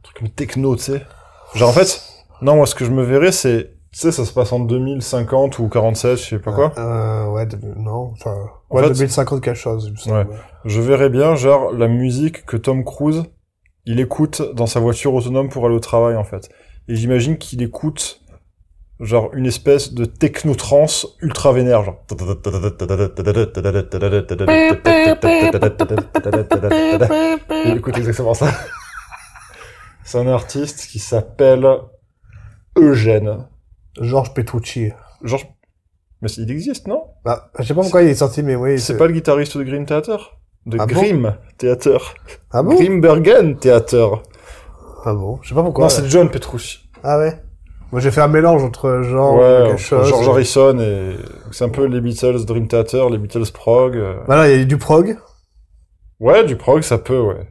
Speaker 1: truc comme techno, tu sais. Genre, en fait, non, moi, ce que je me verrais, c'est. Tu sais, ça se passe en 2050 ou 47, je sais pas quoi.
Speaker 2: euh, Ouais, de- non, enfin...
Speaker 1: En
Speaker 2: Ouais,
Speaker 1: fait,
Speaker 2: 2050 quelque chose, il me semble.
Speaker 1: Je verrais bien, genre, la musique que Tom Cruise, il écoute dans sa voiture autonome pour aller au travail, en fait. Et j'imagine qu'il écoute, genre, une espèce de techno-trance ultra vénère, genre.
Speaker 2: Mmh.
Speaker 1: Il écoute exactement ça. C'est un artiste qui s'appelle Eugène.
Speaker 2: Georges Petrucci.
Speaker 1: Georges... Mais il existe, non
Speaker 2: Bah, je sais pas pourquoi il est sorti, mais oui...
Speaker 1: C'est pas le guitariste de Green Theater De
Speaker 2: Ah bon
Speaker 1: Grimm Theater.
Speaker 2: Ah bon
Speaker 1: Grimbergen Theater.
Speaker 2: Ah bon Je sais pas pourquoi.
Speaker 1: Non, c'est John Petrucci.
Speaker 2: Ah ouais Moi, j'ai fait un mélange entre genre
Speaker 1: Ouais,
Speaker 2: Oh, quelque chose...
Speaker 1: George Harrison et c'est un peu les Beatles Dream Theater, les Beatles prog. euh.
Speaker 2: Voilà, Bah il y a du prog.
Speaker 1: Ouais, du prog ça peut, ouais.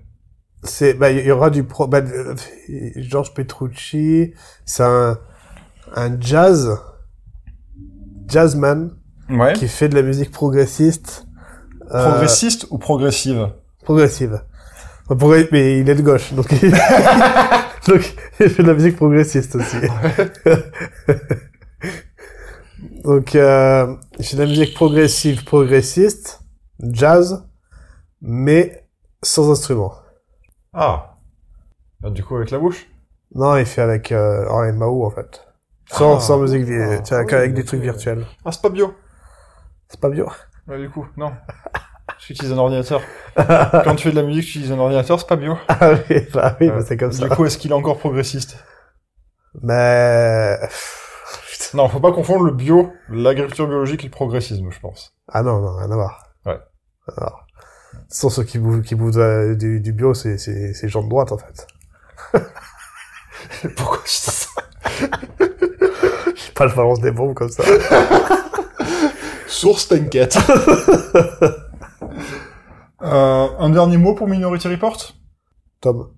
Speaker 2: C'est bah il y aura du pro bah, euh, Georges Petrucci, c'est un un jazz jazzman
Speaker 1: Ouais.
Speaker 2: qui fait de la musique progressiste euh,
Speaker 1: Progressiste ou progressive
Speaker 2: progressive. Enfin, progr- mais il est de gauche donc il... donc il fait de la musique progressiste aussi. donc euh, il fait de la musique progressive progressiste, jazz mais sans instrument.
Speaker 1: Ah. Ah, Du coup avec la bouche.
Speaker 2: Non, il fait avec euh, en MAO en fait. Sans,
Speaker 1: Ah.
Speaker 2: sans musique, vi-
Speaker 1: Ah.
Speaker 2: tu vois, avec,
Speaker 1: Ah oui,
Speaker 2: avec des
Speaker 1: ok.
Speaker 2: trucs virtuels.
Speaker 1: Ah c'est pas bio.
Speaker 2: C'est pas bio.
Speaker 1: Ouais, du coup non. Tu utilises un ordinateur. Quand tu fais de la musique, tu utilises un ordinateur, c'est pas bio.
Speaker 2: Ah oui, bah oui,
Speaker 1: Ouais.
Speaker 2: bah, c'est comme ça.
Speaker 1: Du coup, est-ce qu'il est encore progressiste
Speaker 2: Mais
Speaker 1: Non, faut pas confondre le bio, l'agriculture biologique et le progressisme, je pense.
Speaker 2: ah non, non, rien à voir.
Speaker 1: Ouais.
Speaker 2: Rien à voir. Ce sont ceux qui bouffent, qui bouffent euh, du, du bio, c'est c'est c'est gens de droite en fait.
Speaker 1: Pourquoi je dis ça
Speaker 2: Je sais pas, je balance des bombes comme ça.
Speaker 1: Source, t'inquiète. euh, un dernier mot pour Minority Report
Speaker 2: Tom,